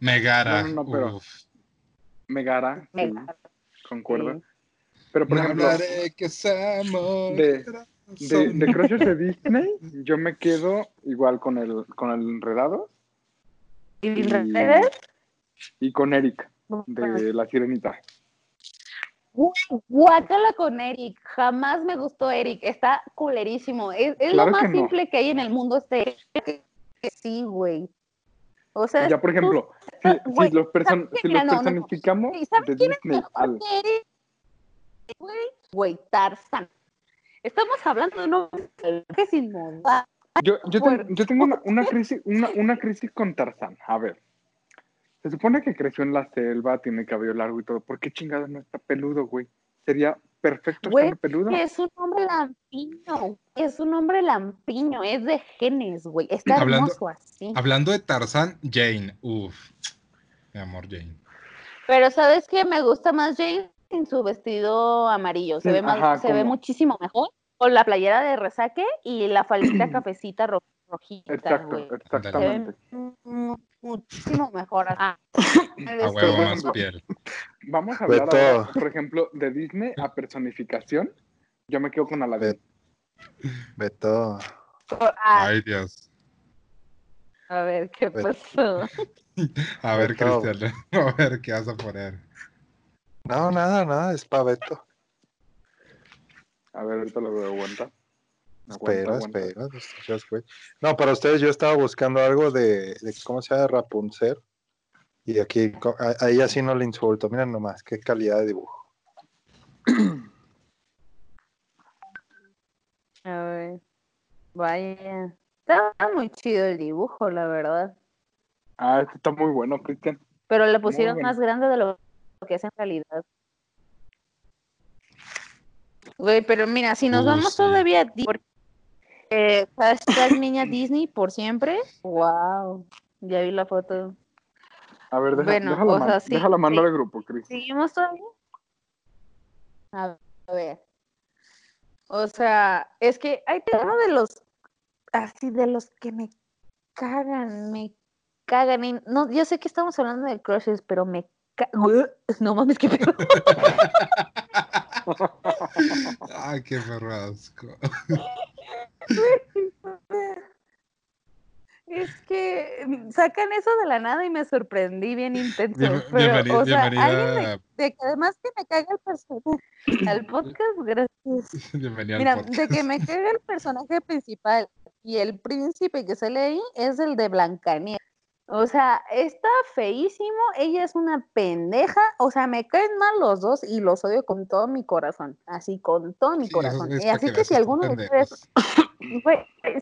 Megara. No, no, no, pero- uf. Megara, sí, Venga, concuerdo. sí. Pero por No ejemplo, hablaré que somos de- de, corazón. de Crushers de Disney, yo me quedo igual con el, con el enredado ¿Y y, redes? y con Eric de La Sirenita. Güey, Guácala con Eric, jamás me gustó Eric, está culerísimo. Es, es Claro lo más que no. simple que hay en el mundo este. que- que Sí, güey. O sea, Ya, por ejemplo, si, si Güey, los, person- ¿sabes si qué? los Mira, no, no. personificamos ¿Y sabes de quién es Disney al... Eric, güey, güey, Tarzan. Estamos hablando de un personaje sin moda. Yo, yo, ten- Puerco. yo tengo una, una crisis, una, una crisis con Tarzán. A ver, se supone que creció en la selva, tiene cabello largo y todo. ¿Por qué chingados no está peludo, güey? Sería perfecto Güey, estar peludo. Es un hombre lampiño, es un hombre lampiño, es de genes, güey. Está Hablando- hermoso así. Hablando de Tarzán, Jane. Uf. Mi amor, Jane. Pero ¿sabes qué? Me gusta más Jane sin su vestido amarillo. Se, Sí, ve, más- ajá, se ve como- muchísimo mejor con la playera de resaque y la faldita cafecita ro- rojita, Exacto, güey. Se exactamente. ve mu- muchísimo mejor. Ah, este, A huevo, por más ejemplo, piel. Vamos a De hablar, ahora, todo. por ejemplo, de Disney a personificación. Yo me quedo con Aladdin. Beto. Ah, Ay, Dios. a ver, ¿qué pasó? A ver, Beto. Cristian. A ver qué vas a poner. No, nada, nada, es para Beto. A ver, ahorita lo veo, aguanta. Aguanta, Espera, aguanta. espera. no seas güey. No, para ustedes yo estaba buscando algo de, de ¿cómo se llama? Rapunzel. Y aquí, co- a, a ella sí no le insulto. Miren nomás, qué calidad de dibujo. A ver, vaya. Estaba muy chido el dibujo, la verdad. Ah, este está muy bueno, Cristian. Pero le pusieron bueno. más grande de lo que es en realidad. Güey, pero mira, si nos Uh, vamos sí. todavía a Di- por- eh, hashtag niña Disney por siempre. Wow. Ya vi la foto. A ver, deja, Bueno, déjala, o man- sea, sí, déjala mandar sí. al grupo, Cris. ¿Seguimos todavía? A ver. O sea, es que hay uno de los, así, de los que me cagan, me cagan. y no, yo sé que estamos hablando de crushes, pero me cagan. No mames, qué pedo. Ay, qué perro asco. Es que mm, sacan eso de la nada y me sorprendí bien intenso. Bien- pero, bienveni- o sea, alguien de, bienvenida, de que además que me caga el personaje al podcast, gracias. bienvenida Mira, al podcast. de que me caga el personaje principal y el príncipe que sale ahí es el de Blancanieves. O sea, está feísimo, ella es una pendeja, o sea, me caen mal los dos y los odio con todo mi corazón, así con todo mi Sí, corazón. esos güeyes Y pa' así que veas si estos alguno de ustedes pendejos. Güey,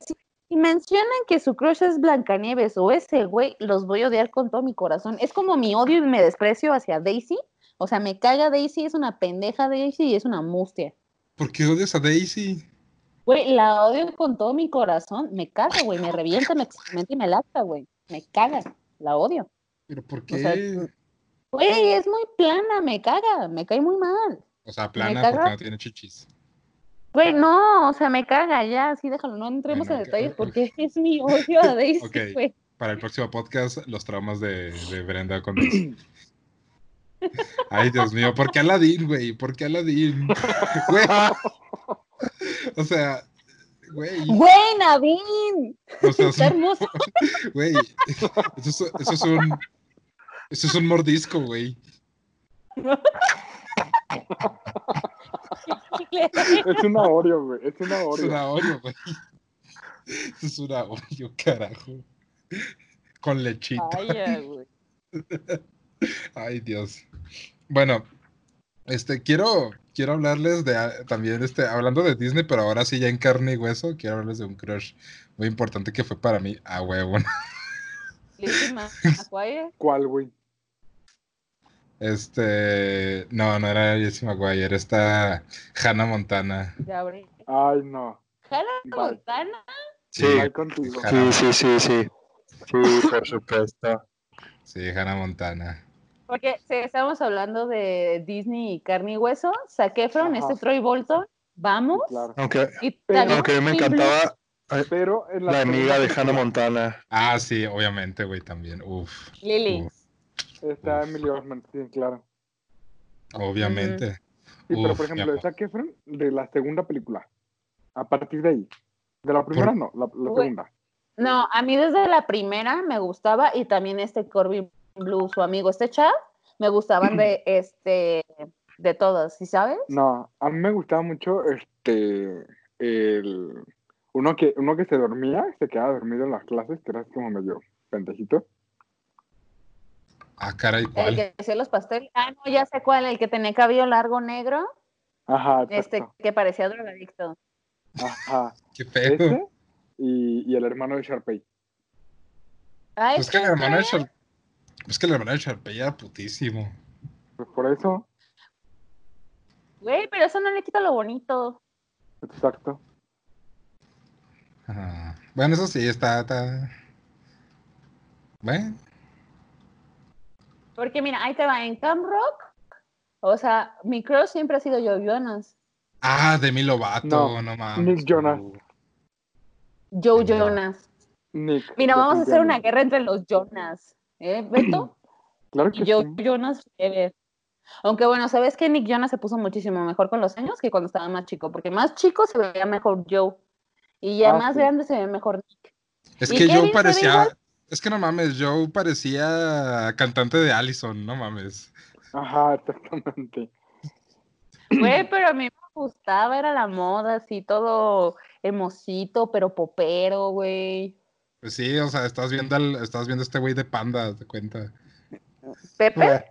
si si mencionan que su crush es Blancanieves o ese güey, los voy a odiar con todo mi corazón. Es como mi odio y mi desprecio hacia Daisy. O sea, me caga Daisy, es una pendeja Daisy y es una mustia. ¿Por qué odias a Daisy? Güey, la odio con todo mi corazón. Me caga, güey, me revienta, me experimenta y me lacta, güey. Me caga, la odio. ¿Pero por qué? O sea, Güey, es muy plana, me caga, me cae muy mal. O sea, plana caga. porque no tiene chichis. Güey, no, o sea, me caga, ya, sí, déjalo, no entremos Bueno, en ok, detalles ok. porque es mi odio a Daisy, Ok. güey. Para el próximo podcast, los traumas de, de Brenda con Daisy. Ay, Dios mío, ¿por qué Aladdin, güey? ¿Por qué Aladdin? Güey. O sea, güey. Güey, Navin, O sea, es está un- hermoso. güey. Eso, es- eso es un. Eso es un mordisco, güey. Es una Oreo, güey. Es una Es Oreo. una Oreo, güey. Eso es una Oreo, carajo. Con lechita. Vaya, güey. Ah. Ay, Dios. Bueno, este, quiero, quiero hablarles de a- también, este, hablando de Disney, pero ahora sí ya en carne y hueso, quiero hablarles de un crush muy importante que fue para mí, a huevo. ¿no? Lizzie McGuire. ¿Cuál, güey? Este, no, no era Jessie McGuire, esta Hannah Montana. Gabriel. Ay, no. Hannah Vale. Montana. Sí. Ay, contigo. Ja- Sí, sí, sí, sí. Sí, por supuesto. Sí, Hannah Montana. Porque si estamos hablando de Disney y carne y hueso, Zac Efron, Ajá. este Troy Bolton, vamos. Claro. Aunque, Y Pero- también aunque Ah, a mí me Queen encantaba Pero en la, la amiga de segunda Hannah Montana. Ah, sí, obviamente, güey, también. Uf, Blue, Lily. Uf, Está Emily Osman, sí, claro. obviamente. Sí, pero por Uf, mi ejemplo, de amor. Zac Efron, de la segunda película. A partir de ahí. De la primera no, la, la Güey. segunda. No, a mí desde la primera me gustaba y también este Corbin Blue, su amigo, este Chad, me gustaban de este de todas, ¿sí sabes? No, a mí me gustaba mucho este el uno que uno que se dormía, se quedaba dormido en las clases, que era como medio pendejito. Ah, caray, El ¿cuál? que hacía los pasteles. Ah, no, ya sé cuál, el que tenía cabello largo negro, Ajá, este exacto. que parecía drogadicto. Ajá. Qué feo. Ese y, y el hermano de Sharpay. Ay, Pues que la hermana de Char- pues que la hermana de Sharpay era putísimo. Pues por eso, Güey, pero eso no le quita lo bonito. exacto. Ah, Bueno, eso sí, está, está. Bueno, Porque mira, ahí te va, en Camp Rock, o sea, mi crush siempre ha sido yo, Jonas. Ah, Demi Lovato, no, No, mames. Nick Jonas. Joe Ya. Jonas. Nick. Mira, vamos a hacer una definitivamente. guerra entre los Jonas. ¿Eh, Beto? Claro que Y Joe sí. Jonas forever. Aunque bueno, sabes que Nick Jonas se puso muchísimo mejor con los años que cuando estaba más chico, porque más chico se veía mejor Joe. Y ya Ah, más sí. grande se ve mejor Nick. Es ¿Y que Kevin Joe se ve parecía. igual? Es que no mames, Joe parecía cantante de Allison, no mames. Ajá, exactamente. Güey, pero a mí me gustaba, era la moda, así todo hermosito, pero popero, güey. Pues sí, o sea, estás viendo al, estás viendo a este güey de panda, te cuenta. Pepe,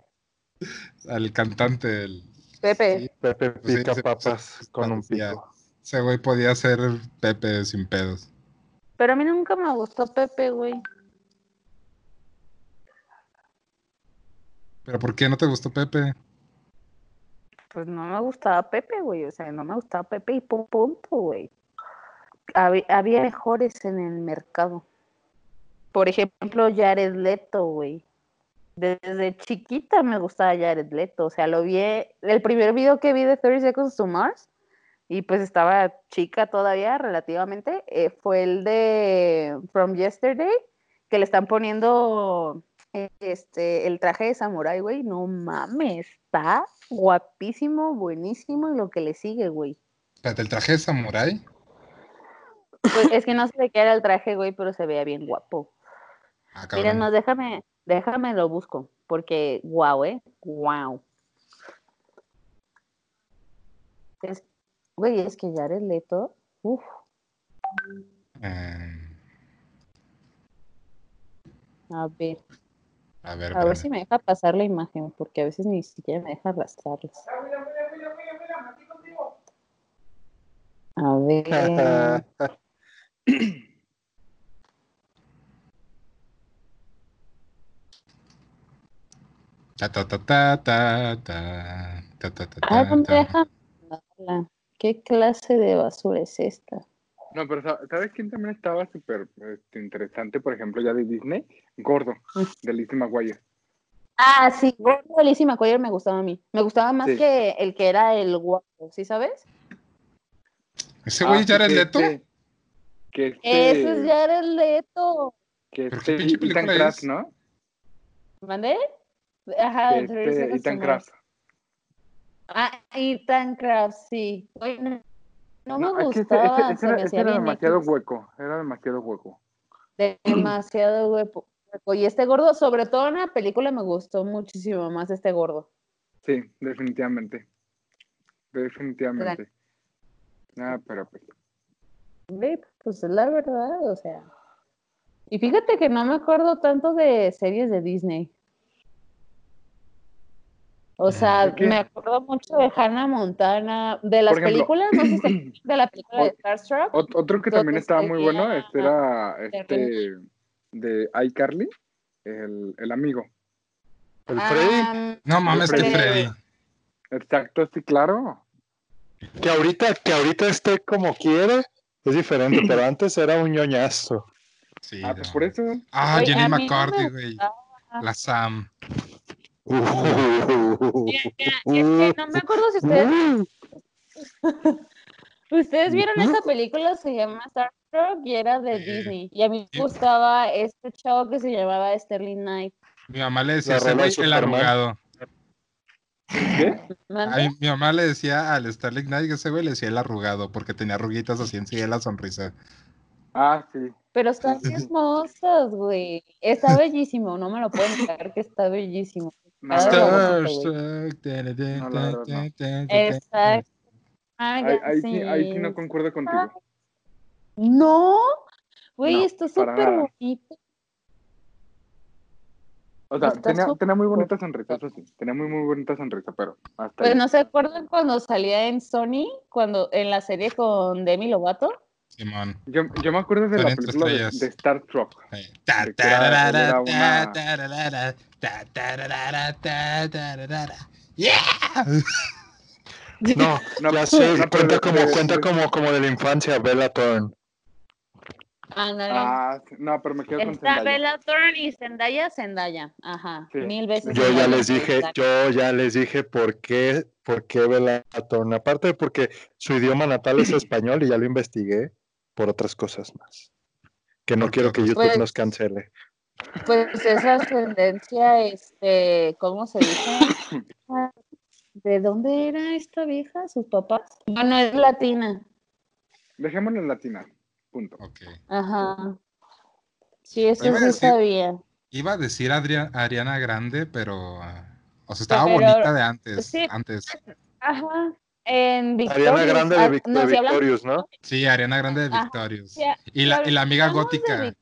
Al cantante, el- Pepe. sí, Pepe pues sí, pica se- papas se- con un parecía- pico. Ese güey podía ser Pepe sin pedos. Pero a mí nunca me gustó Pepe, güey. Pero ¿por qué no te gustó Pepe? Pues no me gustaba Pepe, güey. O sea, no me gustaba Pepe y pum, punto, güey. Hab- Había, mejores en el mercado. Por ejemplo, Jared Leto, güey. Desde chiquita me gustaba Jared Leto. O sea, lo vi. El primer video que vi de 30 Seconds to Mars, y pues estaba chica todavía, relativamente, eh, fue el de From Yesterday, que le están poniendo eh, este, el traje de samurai, güey. No mames, está guapísimo, buenísimo y lo que le sigue, güey. Espérate, ¿el traje de samurái? Pues es que no sé de qué era el traje, güey, pero se veía bien guapo. Ah, cabrón. Miren, no, déjame, déjame lo busco, porque guau, eh, guau. Es- Güey, es que Jared Leto, uf, Eh, a ver, a ver, a ver espérame. si me deja pasar la imagen, porque a veces ni siquiera me deja arrastrarlas. A ver, Ah, Ta, ta, ta, ta, ta, ta, ta, ta, ta, ah, no me ta. deja mandarla. ¿Qué clase de basura es esta? No, pero sa- ¿sabes quién también estaba súper este, interesante, por ejemplo, ya de Disney? Gordo, de Lizzie McGuire. Ah, sí, Gordo Lizzie McGuire me gustaba a mí. Me gustaba más Sí. que el que era el guapo, ¿sí sabes? ¿Ese Ah, güey ya era el Leto? Que, este, que este, Ese es Jared Leto. que ¿Pero qué este pinche Ethan película Kraft, es? ¿no? ¿Mandé? Ajá, Que Thirty este Seconds to Ethan Mars. Kraft. Ah, y tan craft, sí. Oye, no, no me es que ese- gustaba. ese- ese se era, me ese hacía era bien demasiado X, hueco, era demasiado hueco. demasiado hueco. Y este gordo, sobre todo en la película, me gustó muchísimo más este gordo. Sí, definitivamente. Definitivamente. Ah, pero pues. Ve, Pues es la verdad, o sea. Y fíjate que no me acuerdo tanto de series de Disney. O sea, ¿De qué? me acuerdo mucho de Hannah Montana, de las Por ejemplo, películas, no sé si de la película de Starstruck. Ot- otro que también Entonces, ah, estaba muy sería- bueno este era este Terminal. de iCarly, el, el amigo. El Freddy, Ah, No mames, que Freddy. Freddy. Exacto, sí, claro. que ahorita, que ahorita esté como quiere, es diferente, pero antes era un ñoñazo. Sí, Ah, no. pues por eso. Ah, Güey, Jenny a mí no me McCarthy, güey. La Sam. Este, no me acuerdo si ustedes, Mm. ustedes vieron esa película, se llama Star Trek y era de Sí. Disney. Y a mí Sí. me gustaba este chavo que se llamaba Sterling Knight. Mi mamá le La decía a ese rola güey de el Superman. arrugado. ¿Mande? Ay, mi mamá le decía al Starling Knight que ese güey le decía el arrugado porque tenía arruguitas así en sí de la sonrisa. Ah, sí. Pero están hermosas, güey. Está bellísimo, no me lo pueden creer que está bellísimo. No, Ah, Está- no, no. Starstruck, ta, ta, ta, No, la verdad, ta, ta, ta. Exacto. ahí, ahí sí, ahí sí Magazines. no concuerdo contigo. No, güey, No, está para súper nada. bonito. O sea, Está tenía, súper- tenía muy bonita sonrisa, eso sí. Tenía muy, muy bonita sonrisa, pero hasta Pues ahí. no se acuerdan cuando salía en Sony, cuando en la serie con Demi Lovato. Simón. Yo, yo me acuerdo de Son la película de, estrellas. de Star Trek. Sí. Ta, De que era- ta, ra, él era ra, una- ta, ta, ra, ra, ra, ta, ta, ra, ra, ra, ta, ta, ra, ra, ra. ¡Yeah! No, No, ya sé, no, pero cuenta, de- como, de- cuenta de- como, como de la infancia, Bella Thorne. Ándale. Ah, sí, no, pero me quedo con Está Zendaya. Bella Thorne y Zendaya, Zendaya. Ajá. Sí. Mil veces. Yo ya Zendaya les que dije, Zendaya. yo ya les dije por qué, por qué Belatón. Aparte de porque su idioma natal es español y ya lo investigué por otras cosas más. Que no Por quiero que otras YouTube cosas. nos cancele. Pues esa ascendencia, este, ¿cómo se dice? ¿De dónde era esta vieja? ¿Sus papás? Bueno, es latina. Dejémoslo en latina. Punto. Ok. Ajá. Sí, eso Oye, iba a sí decir- sabía. Iba a decir Adria- Ariana Grande, pero. ah, O sea, estaba Pero- bonita de antes. sí. Antes. Ajá. En Victorious. Ariana Grande de, ah, Vic- no, de si hablamos- Victorious, ¿no? Sí, Ariana Grande de Ajá, Victorious. sí, ah, Y la, y la amiga hablamos de gótica. Victorious,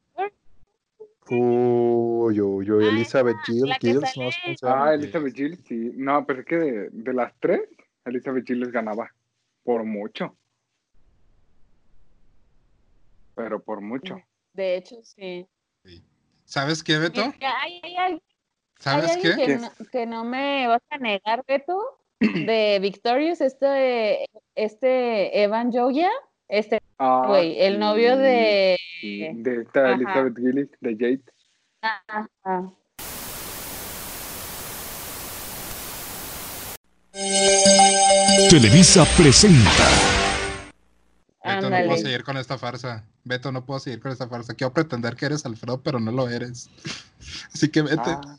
Uy, uy, uy, Ah, Elizabeth Gill, la que Gills, no sé sale- cómo se llama. Ah, Elizabeth Jill, sí. No, pero es que de, de las tres, Elizabeth Jill les ganaba. Por mucho. Pero por mucho. De hecho, sí. ¿Sabes qué, Beto? Mira, hay- hay alguien Hay ¿Sabes alguien qué? Que, no, que no me vas a negar, Beto, de Victorious, este, este Evan Joya Este, Ah, güey, el novio de... De esta Ajá. Elizabeth Gillies, de Jade. Ajá. Televisa presenta. Beto, no Ándale. puedo seguir con esta farsa. Beto, no puedo seguir con esta farsa. Quiero pretender que eres Alfredo, pero no lo eres. Así que vete. Ah,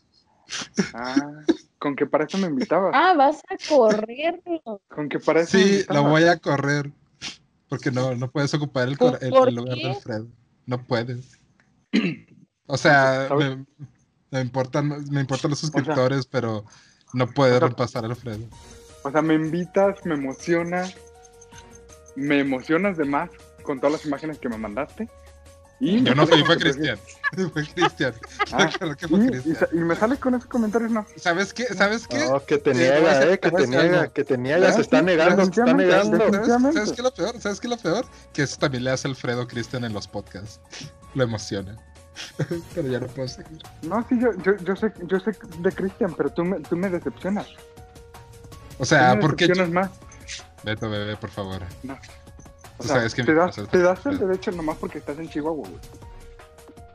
ah, con que para eso me invitabas. Ah, vas a correrlo. Con que para eso me sí, invitabas. lo voy a correr. Porque no, no puedes ocupar el, ¿Por- cor- el- por el lugar qué? de Alfredo. No puedes. O sea, ¿Sabes? me, me importan, me importan los sea- suscriptores, pero no puedes o sea- repasar a Alfredo. O sea, me invitas, me emocionas, me emocionas de más con todas las imágenes que me mandaste. Y me Yo no sales fui, fue con tus- Cristian. Fue Cristian. Ah, Claro que fue Y, y Cristian. sa- y me sales con esos comentarios, no. ¿Sabes qué? ¿Sabes qué? No, que te Sí, voy a niega, hacer- eh, que voy a te hacer niega, algo. que te niega, se Ya, está sí, negando, se está definitivamente, negando. definitivamente. ¿Sabes, sabes qué es lo peor? ¿Sabes qué es lo peor? Que eso también le hace Alfredo Cristian en los podcasts. Lo emociona. Pero ya no puedo seguir. No, sí, yo, yo, yo sé, yo sé de Cristian, pero tú me, tú me decepcionas. Tú O sea, Pues me ¿por qué? decepcionas más. Beto, bebé, por favor. No. Tú sabes que te, me das, pasa- te das el derecho nomás porque estás en Chihuahua, güey.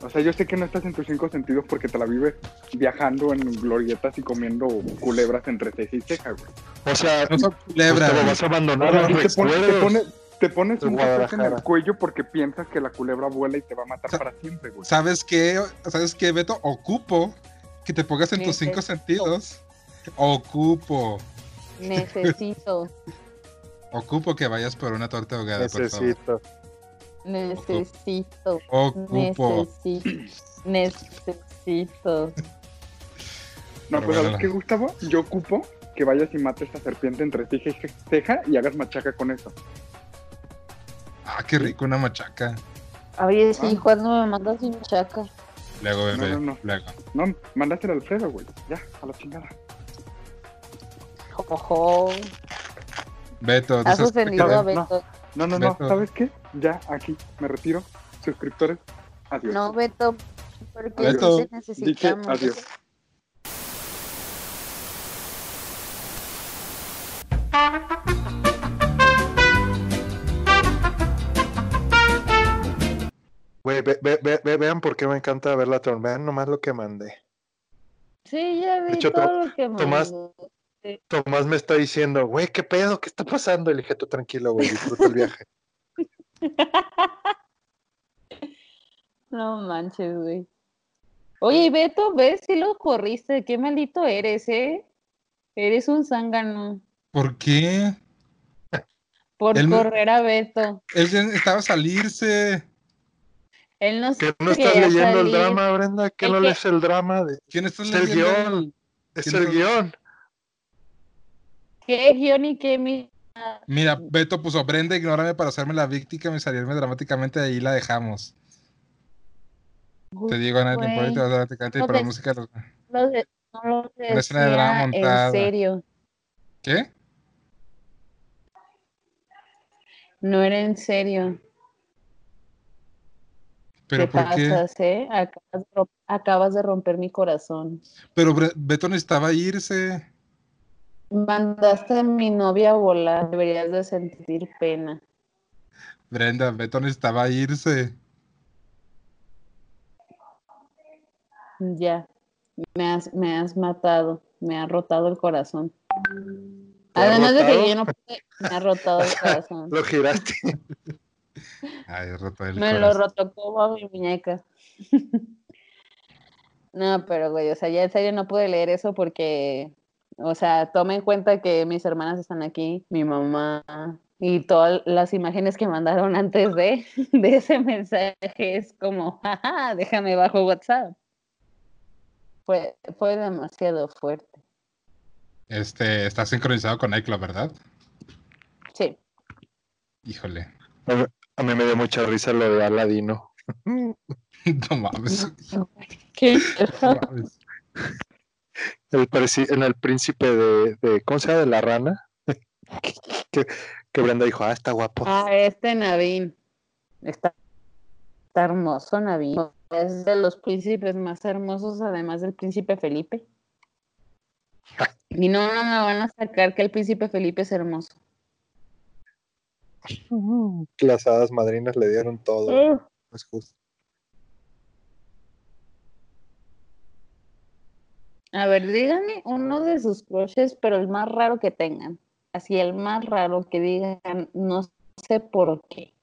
O sea, yo sé que no estás en tus cinco sentidos porque te la vives viajando en glorietas y comiendo culebras entre ceja y ceja, güey. O sea, No son pues culebras. te lo vas a abandonar a Y los te, pone- te recuerdos. pone- te pones de un tatuaje en Guadalajara. el cuello porque piensas que la culebra vuela y te va a matar Sa- para siempre, güey. ¿Sabes qué? ¿Sabes qué, Beto? Ocupo que te pongas en tus cinco sentidos. Ocupo. Necesito, Ocupo que vayas por una torta ahogada, por Necesito. necesito, favor. Ocupo. necesito, necesito. No, Pero pues bueno. ¿sabes qué, Gustavo? Yo ocupo que vayas y mates a serpiente entre ceja y ce- ceja y hagas machaca con eso. Ah, qué rico, una machaca. Oye, sí, Ah. cuando me mandas un chaca. Luego, bebé. no, no. Luego. No, mándasela al Alfredo, güey. Ya, a la chingada. Ojo, Pues Beto, has dices- ofendido no, a no. Beto. No, no, no. Beto. ¿Sabes qué? Ya, aquí, me retiro. Suscriptores, adiós. No, Beto, porque Beto, sí Dije te necesitamos. adiós. Güey, ve- ve- ve- ve- vean por qué me encanta ver la tron. Vean nomás lo que mandé. Sí, ya vi hecho, todo lo que me Tomás- mandó. Tomás me está diciendo, güey, ¿qué pedo? ¿Qué está pasando? Y le dije, tú tranquilo, güey, disfruta el viaje. No manches, güey. Oye, y Beto, ves si lo corriste, qué maldito eres, ¿eh? Eres un zángano ¿Por qué? por Él me- correr a Beto. Él ya estaba a salirse. Él no Que se no estás quería leyendo el salir. drama, Brenda, que Es no que- lees el drama. De... ¿Quién está Es el leyendo guión. Es ¿Quién el no- guión. ¿Qué guión y qué mi- Mira, Beto puso Brenda, ignórame para hacerme la víctima y salirme dramáticamente de ahí la dejamos. Te digo, Ana, Güey. te importa y te vas dramáticamente y No para la te- música. No, de- no lo Una escena de drama decía montada. en serio. ¿Qué? No era en serio. ¿Pero te por qué? pasas, ¿eh? Acabas, de rom- acabas de romper mi corazón. Pero Bre- Beto necesitaba irse. Mandaste a mi novia a volar. Deberías de sentir pena. Brenda, Beto necesitaba irse. Ya, me has, me has matado, me ha rotado el corazón. ¿Te ha Además de rotado? que yo no pude, me ha rotado el corazón. Lo giraste. Ay, roto el me lo corazón. rotó como mi muñeca. no, pero güey, o sea, ya en serio no pude leer eso porque, o sea, toma en cuenta que mis hermanas están aquí, mi mamá y todas las imágenes que mandaron antes de, de ese mensaje es como, jaja, déjame bajo WhatsApp. Fue, fue demasiado fuerte. Este, está sincronizado con iCloud, ¿verdad? Sí. Híjole. A mí me dio mucha risa lo de Aladino. No mames. No mames. El presi- en el príncipe de, de- ¿cómo se llama? De la rana. que, que Brenda dijo, ah, está guapo. Ah, este Navín. Está, está hermoso, Navín. Es de los príncipes más hermosos, además del príncipe Felipe. Y no, no me van a sacar que el príncipe Felipe es hermoso. Que Las hadas madrinas le dieron todo. No Eh, es justo. A ver, díganme uno de sus crushes, pero el más raro que tengan. Así el más raro que digan, no sé por qué.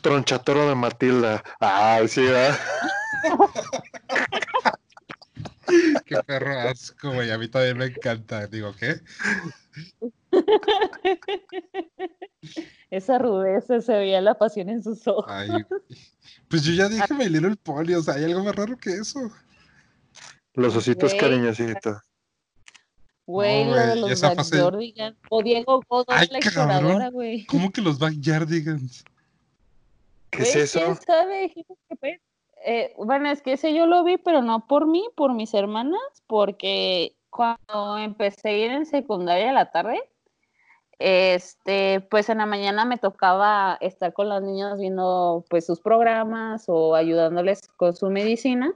Tronchatoro de Matilda. Ay, sí, ¿verdad? Qué perro asco, güey. A mí también me encanta. Digo, ¿qué? Esa rudeza se veía la pasión en sus ojos. Ay, pues yo ya dije My Little Pony, o sea, hay algo más raro que eso. Los ositos Güey. cariñositos. Güey, No, lo de güey, los esa fase- Backyardigans. O Diego Godoy, Ay, la cabrón. exploradora, güey. ¿Cómo que los Backyardigans? ¿Qué es Güey, eso? ¿Quién sabe? Qué pe- Eh, bueno, es que ese yo lo vi, pero no por mí, por mis hermanas, porque cuando empecé a ir en secundaria a la tarde, este, pues en la mañana me tocaba estar con las niñas viendo pues sus programas o ayudándoles con su medicina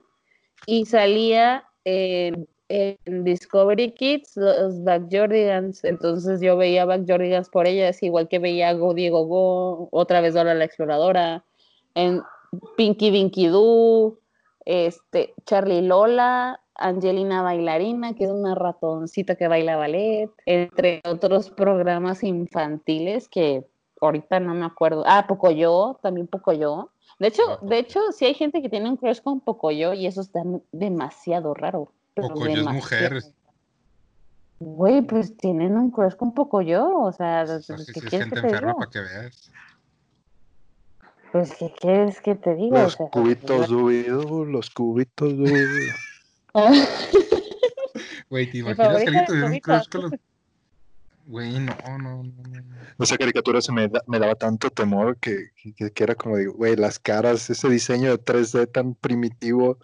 y salía eh, en, en Discovery Kids los Backyardigans, entonces yo veía Backyardigans por ellas, igual que veía Go Diego Go, otra vez Dora la Exploradora, en Pinky Dinky Doo, este, Charlie Lola, Angelina Bailarina, que es una ratoncita que baila ballet, entre otros programas infantiles que ahorita no me acuerdo. Ah, Pocoyo, también Pocoyo. De hecho, Ah, de hecho, sí hay gente que tiene un crush con Pocoyo y eso está demasiado raro. pero Pocoyo es demasiado. mujer. Güey, pues tienen un crush con Pocoyo, o sea, pues, Así ¿qué Ah, sí, es quieres gente que te diga? enferma para que veas. Pues, ¿qué quieres que te diga? O Los sea, cubitos dubidos, los cubitos dubidos. Güey, ¿te Mi imaginas que favorita alguien era tuviera un Cobija. crush con los... Güey, no, no, no, no. Esa caricatura se me, da- me daba tanto temor que, que, que era como, digo, güey, las caras, ese diseño de 3D tan primitivo.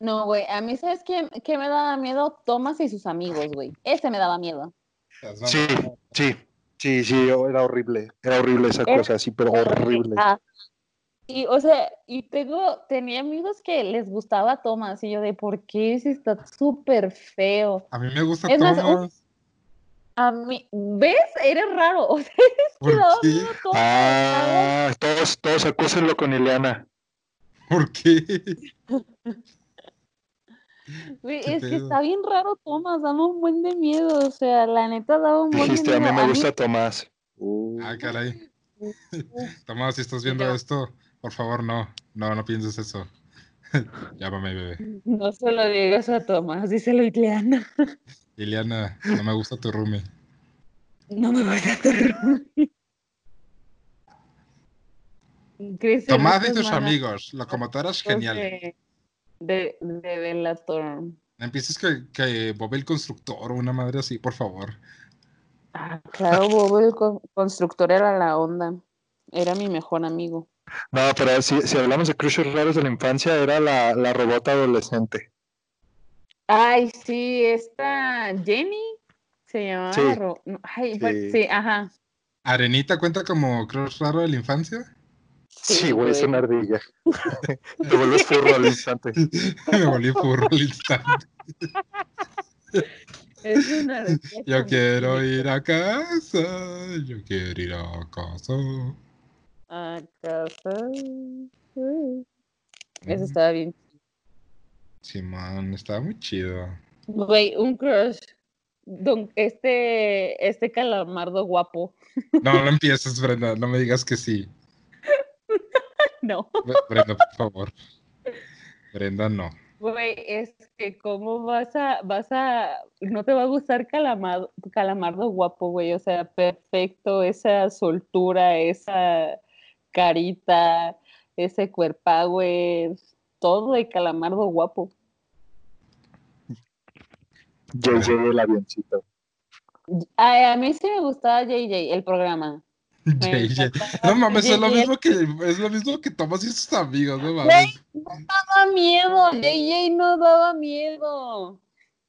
No, güey, a mí, ¿sabes qué, qué me daba miedo? Thomas y sus amigos, güey. Ese me daba miedo. Estás Sí, mamando. sí, sí, sí, oh, era horrible. Era horrible esa Era cosa, sí, pero horrible. Eh. Ah, y, o sea, y tengo, tenía amigos que les gustaba Thomas y yo de, ¿por qué? Si está súper feo. A mí me gusta Es más, Thomas. A mí, ¿ves? Eres raro. O sea, me ¿Por daba qué? miedo Thomas. ¿sabes? Ah, todos, todos acúsenlo con Ileana. ¿Por qué? Güey, qué es que pedo. está bien raro Thomas, daba un buen de miedo. O sea, la neta daba un buen de miedo. Dijiste, a mí me gusta Tomás. Ah, caray. Tomás, si estás viendo Yo. esto, por favor, no. No, no pienses eso. Llámame, bebé. No se lo digas a Tomás, díselo a Ileana. Liliana, no me gusta tu roomie. No me vas a Chris Tomás Ernesto y tus Hermana, amigos, locomotoras hijos geniales. De, de, de Bellator. Empieces que, que Bob el constructor o una madre así, por favor. Ah, claro, Bobo el con- constructor era la onda. Era mi mejor amigo. No, pero si, si hablamos de crushes raros de la infancia, era la, la robota adolescente. Ay, sí, esta Jenny se llamaba. Sí. Ro- no, Ay, bueno, Sí. sí, ajá. ¿Arenita cuenta como crush raro de la infancia? Sí, güey, es una ardilla. Te vuelves furro al instante. me volví furro al instante. Es una Yo quiero ir a casa. Yo quiero ir a casa. A casa. Eso estaba bien Simón, estaba muy chido. Güey, un crush. Don, este, este calamardo guapo. No, no empieces, Brenda. No me digas que sí. No. Bre- Brenda, por favor. Brenda, no. Güey, es que cómo vas a, vas a, no te va a gustar calamado, calamardo guapo, güey. O sea, perfecto, esa soltura, esa carita, ese cuerpo, güey. Todo de calamardo guapo. JJ el avioncito. Ay, a mí sí me gustaba JJ, el programa. Me JJ. encantaba No mames, es lo JJ. mismo que es lo mismo que Tomás y sus amigos, no Güey, mames. no daba miedo, JJ no daba miedo.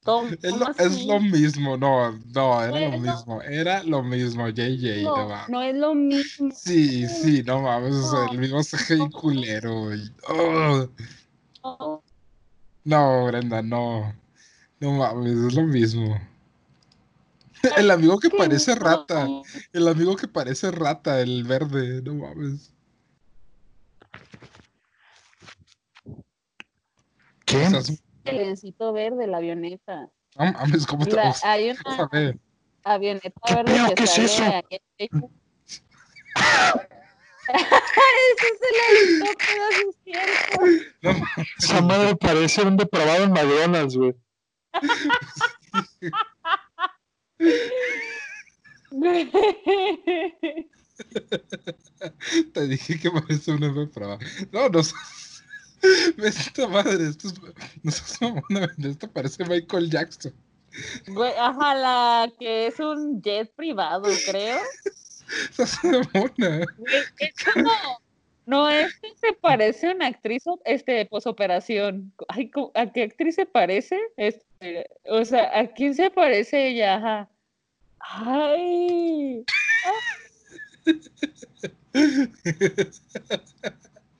Tom, Es lo, Thomas es sí. lo mismo, no, no, era lo Bueno. mismo, era lo mismo, JJ, no no, mames. no es lo mismo. Sí, sí, no mames, o sea, No. el mismo CGI No. culero, güey. Oh, no, Brenda, no, no mames, es lo mismo. El amigo que Qué parece bonito. rata. El amigo que parece rata, el verde, no mames. O ¿Quién? sea, es- El lencito verde, la avioneta. no mames, ¿cómo te Mira, ah. vas hay a una saber? avioneta ¿Qué verde pedo? que ¿Qué es sale eso? ahí en Facebook. Ese es el helicóptero, sí es cierto. Esa madre parece un depravado en McDonald's, güey. Te dije que parece una prueba. No, no seas- Ves esta madre, esto es... No seas mamona, güey, esto parece Michael Jackson. Güey, ajá, la que es un jet privado, creo. Estás mamona. Güey, eso no. No, este se parece a una actriz op- este, posoperación. Ay, ¿cómo- ¿A qué actriz se parece? Este, o sea, ¿a quién se parece ella? Ajá. Ay.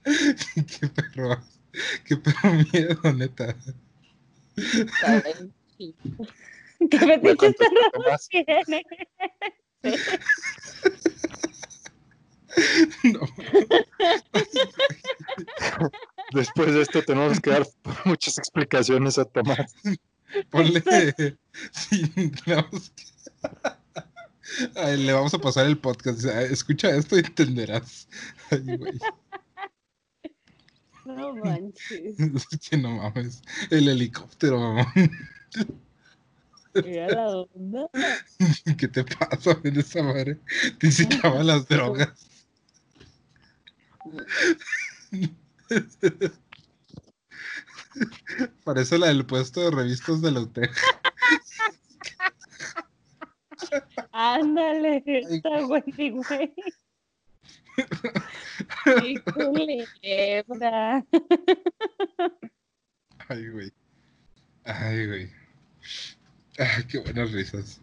Qué perro. Qué perro miedo, neta. Karen, sí. ¿Qué fetiche contestó Tomás. tiene? No, Después de esto tenemos que dar muchas explicaciones a Tomás. ponle. Sí, tenemos que- Ay, le vamos a pasar el podcast. Ah, Escucha esto y entenderás. Ay, güey. No manches. Es que no mames. El helicóptero, mamón. Mira la onda. ¿Qué te pasa en esa madre? Te incitaba a las drogas. Parece la del puesto de revistas de la UTEC. Ándale, está Wendy, güey. ¡Qué culebra! Ay, güey. Ay, güey. Ay, qué buenas risas.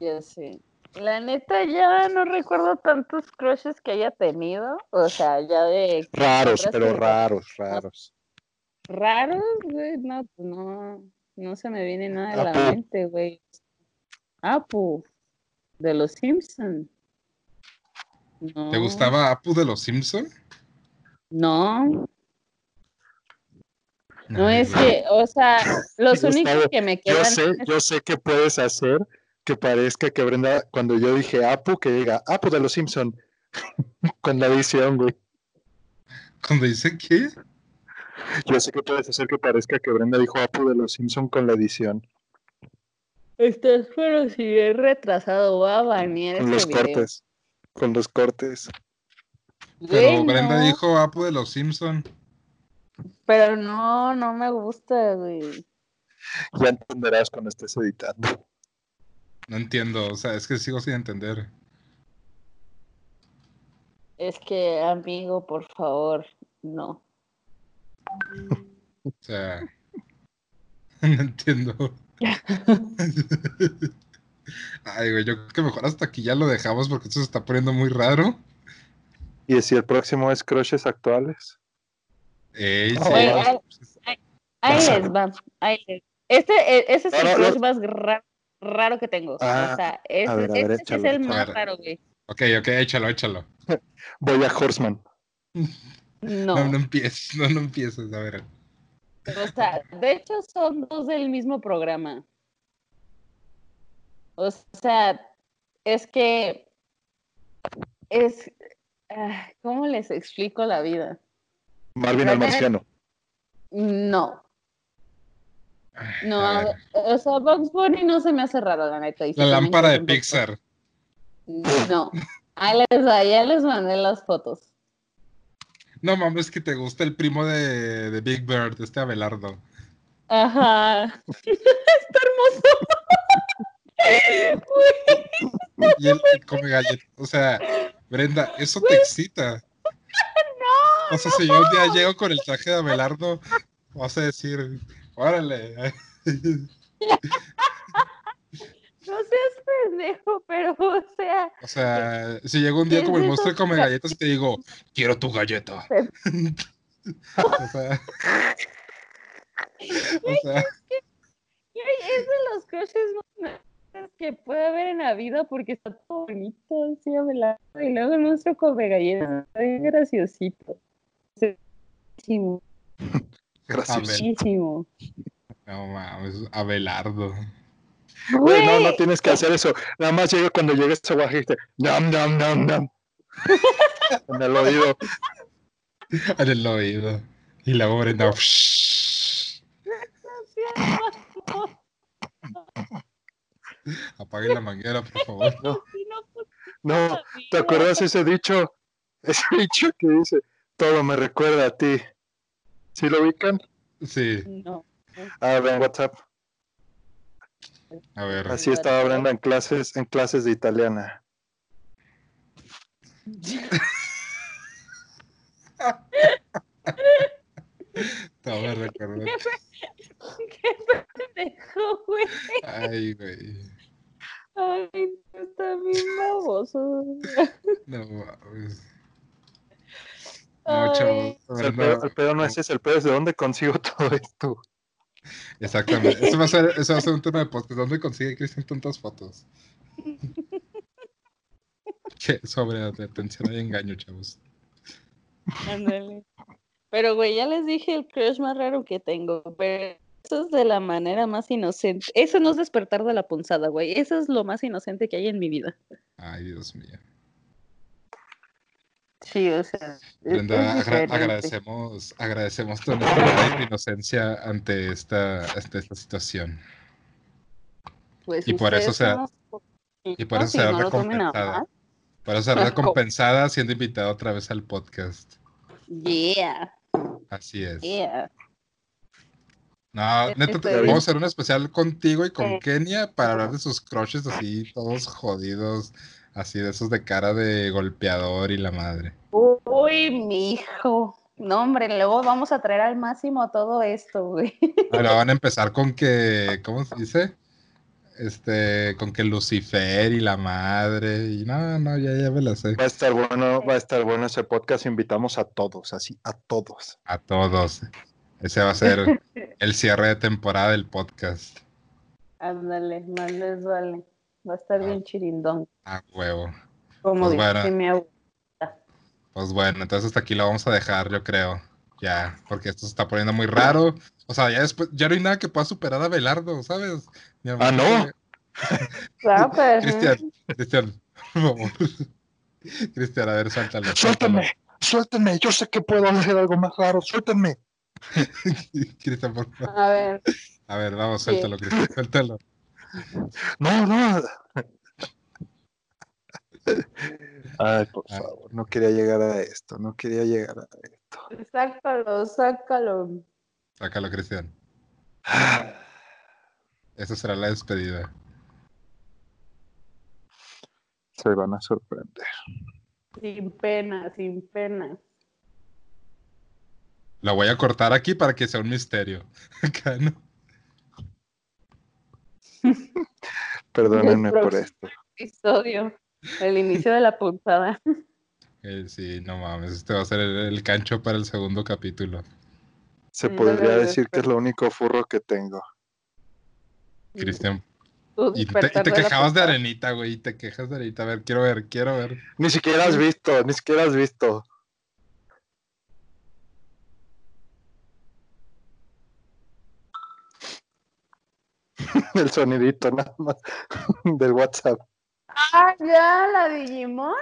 Ya sé. La neta, ya no recuerdo tantos crushes que haya tenido. O sea, ya de Raros, Otras pero cosas. raros, raros. raros, güey. No, pues no, no se me viene nada a la Apu. mente, güey. Apu, de los Simpson. No, ¿Te gustaba Apu de los Simpson? No, no Ay, es güey. que, o sea, los únicos Gustavo, que me quedan. Yo sé, yo sé que puedes hacer que parezca que Brenda, cuando yo dije Apu, que diga Apu de los Simpson. Con la edición, güey. Cuando dicen que Yo sé que puedes hacer que parezca que Brenda dijo Apu de los Simpson con la edición, Estás, pero pues, si es retrasado, va a banear con los ese video. cortes. Con los cortes. Pero Güey, Brenda no, dijo Apu de los Simpson. Pero no, no me gusta, güey. Ya entenderás cuando estés editando. No entiendo, o sea, es que sigo sin entender. Es que, amigo, por favor, no. O sea, no entiendo. Ay, güey, yo creo que mejor hasta aquí ya lo dejamos porque esto se está poniendo muy raro. Y si el próximo es crushes actuales. Ey, sí, Oye, vamos- ay, ay, ahí Pasa. les va, ahí les- Este, e- ese es No, el no, no. crush más raro, raro que tengo. Ah, o sea, este, ver, a ver, este sí échalo, es el échalo. más A ver. raro, güey. Ok, ok, échalo, échalo. Voy a Horseman. No, No, no, empieces, no, no empieces, a ver. o sea, de hecho son dos del mismo programa. O sea, es que es, ah, ¿cómo les explico la vida? Marvin el marciano. No, Ay, No, a a ver. ver, o sea, Bugs Bunny no se me hace raro, la neta. y sí La tienen lámpara que de ser un poco- Pixar. No, ahí les, va, ya les mandé las fotos. No mames, que te gusta el primo de, de Big Bird, este Abelardo. Ajá. Está hermoso. Güey, Y él y come galletas. O sea, Brenda, eso te excita. no, O sea, si yo un día llego con el traje de Abelardo, vas a decir, órale. no seas pendejo, pero o sea, O sea, si llego un día como el monstruo y come galletas y te digo, quiero tu galleta. O sea, o sea, güey, es de los crushes más que puede haber en la vida porque está todo bonito, así amelado, y luego el monstruo come galletas, está bien graciosito. Graciosísimo, Gracias. muchísimo. No mames, Abelardo. Güey, no, no tienes que hacer eso. Nada más llega cuando llegues a Oaxaca y dice, nam, nam, nam, nam. en el oído. En el oído. Y la Brenda. "Shh". Apaguen la manguera, por favor. No, ¿te acuerdas ese dicho? Ese dicho que dice, todo me recuerda a ti. ¿Sí lo ubican? Sí, No. Ah, en WhatsApp. a ver. Así estaba Brenda en clases, en clases de italiana. No me recuerdo. Qué pendejo, güey. Ay, güey. Ay, no, está bien baboso. No mames. Ay. No, chavos. O sea, el, pedo, el pedo no es ese, el pedo es de dónde consigo todo esto. Exactamente. Eso va, a ser, eso va a ser un tema de podcast. ¿Dónde consigue Cristian tantas fotos? ¿Qué? Sobre la detención y engaño, chavos. Ándale. Pero, güey, ya les dije el crush más raro que tengo, pero eso es de la manera más inocente. Eso no es despertar de la punzada, güey. Eso es lo más inocente que hay en mi vida. Ay, Dios mío. Sí, o sea. Brenda, agra- agradecemos, agradecemos tu honestidad y tu inocencia ante esta, ante esta situación. Pues, y por eso se- Y por eso será recompensada. Por eso será Pues, co- recompensada siendo invitada otra vez al podcast. Yeah, Así es. yeah. No, neta, te- Estoy- vamos a hacer un especial contigo y con Sí. Kenia para hablar de sus crushes así, todos jodidos, así de esos de cara de golpeador y la madre. Uy, mi hijo. No, hombre, luego vamos a traer al máximo todo esto, güey. Ahora van a empezar con que, ¿cómo se dice? Este, con que Lucifer y la madre, y no, no, ya, ya me la sé. Va a estar bueno, va a estar bueno ese podcast. Invitamos a todos, así, a todos. A todos. Ese va a ser el cierre de temporada del podcast. Ándale, más les vale. Va a estar Ah. bien chirindón. A Ah, huevo. Como Pues dice bueno. mi abuelo. Pues bueno, entonces hasta aquí lo vamos a dejar, yo creo. Ya, porque esto se está poniendo muy raro. O sea, ya después, ya no hay nada que pueda superar a Belardo, ¿sabes? Ni a- Ah, ¿no? Ah, pero- Cristian, Cristian, por favor. Cristian, a ver, suéltalo. Suéltame, suéltame. Yo sé que puedo hacer algo más raro. Suéltame. suéltalo. Cristian, por favor. A ver, A ver, vamos, Sí. suéltalo, Cristian, suéltalo. No, no. Ay, por favor, no quería llegar a esto, no quería llegar a sácalo, sácalo. Sácalo, Cristian. Esa será la despedida. Se van a sorprender. Sin pena, sin pena. La voy a cortar aquí para que sea un misterio. Acá, ¿no? Perdónenme El por próximo. esto. Episodio. El inicio de la puntada. Eh, sí, no mames, este va a ser el, el cancho para el segundo capítulo. Se No podría lo decir que es lo único furro que tengo. Cristian, Tu Y te, y despertar te de la quejabas de punzada. arenita, güey. Y te quejas de arenita. A ver, quiero ver, quiero ver. Ni siquiera has visto, ni siquiera has visto. El sonidito nada más del WhatsApp. Ah, ya, la Digimon.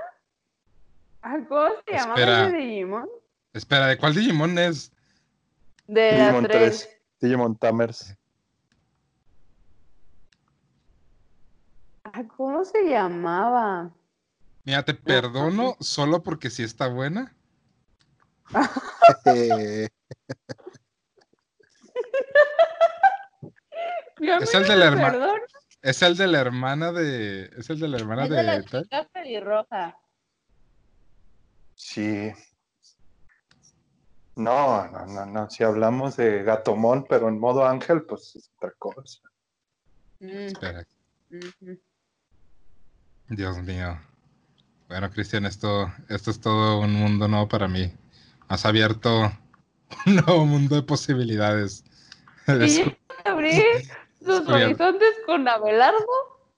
Ah, ¿Cómo se llamaba Espera. ese Digimon? Espera, ¿de cuál Digimon es? De la Digimon 3. tres. Digimon Tamers. Ah, ¿Cómo se llamaba? Mira, te perdono pues, solo porque sí está buena. Eh, Yo Es me el de la herma- Perdón, Es el de la hermana de. Es el de la hermana es de la de. tal? chica pelirroja. sí. No, no, no, no. Si hablamos de Gatomón, pero en modo ángel, pues es otra cosa. Mm, Espera, mm, mm. Dios mío. Bueno, Cristian, esto, esto es todo un mundo nuevo para mí. Has abierto un nuevo mundo de posibilidades. Y yo abrí sus Descubierto. horizontes con Abelardo.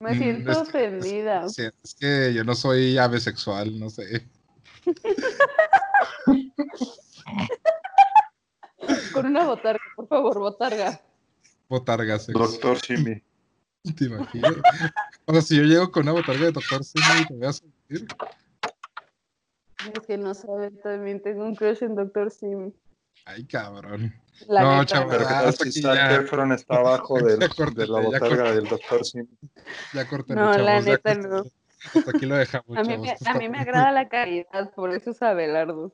Me siento Mm, es- ofendida. Sí, es que yo no soy ave sexual, no sé. Con una botarga, por favor, botarga. Botarga sexual. Doctor Simi. ¿Te imaginas? O sea, si yo llego con una botarga de doctor Simi y te voy a sentir. Es que no saben, también tengo un crush en Doctor Sim. Ay, cabrón. La No, neta, chaval. Pero que tal si Zac Ah, Ya. Efron está abajo del- Ya corté, de la ya botarga corté. del Doctor Simi. Ya corté No, la chavos, ya neta, corté. no. Hasta aquí lo dejamos, A mí, chavos, me, hasta a mí me aquí. agrada la calidad, por eso es Abelardo.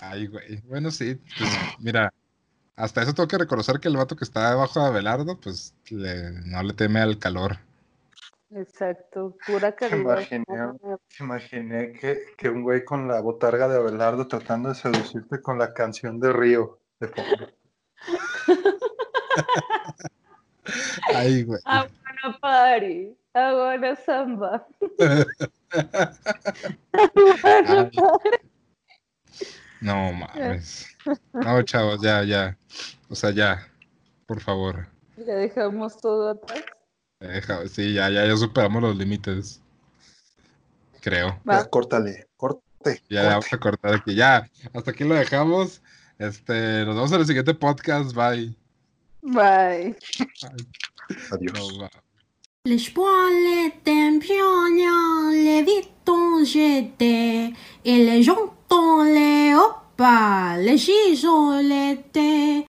Ay, güey. Bueno, sí. pues, mira, hasta eso tengo que reconocer que el vato que está debajo de Abelardo, pues le- no le teme al calor. Exacto, pura calidad. imaginé. Te Imaginé que, que un güey con la botarga de Abelardo tratando de seducirte con la canción de Río. De fondo. Ay, güey. I wanna party, I wanna samba. Ay. No mames. No, chavos, ya, ya. O sea, ya. Por favor. Ya dejamos todo atrás. Deja- sí, ya, ya, ya superamos los límites. Creo. Va. Ya, córtale, corte. Ya corte. vamos a cortar aquí. Ya. Hasta aquí lo dejamos. Este, nos vemos en el siguiente podcast. Bye. Bye. Adiós. No, mames. Les poils étaient pionniers, les vitons j'étais, et les jantons les hopas, les gisons l'étaient.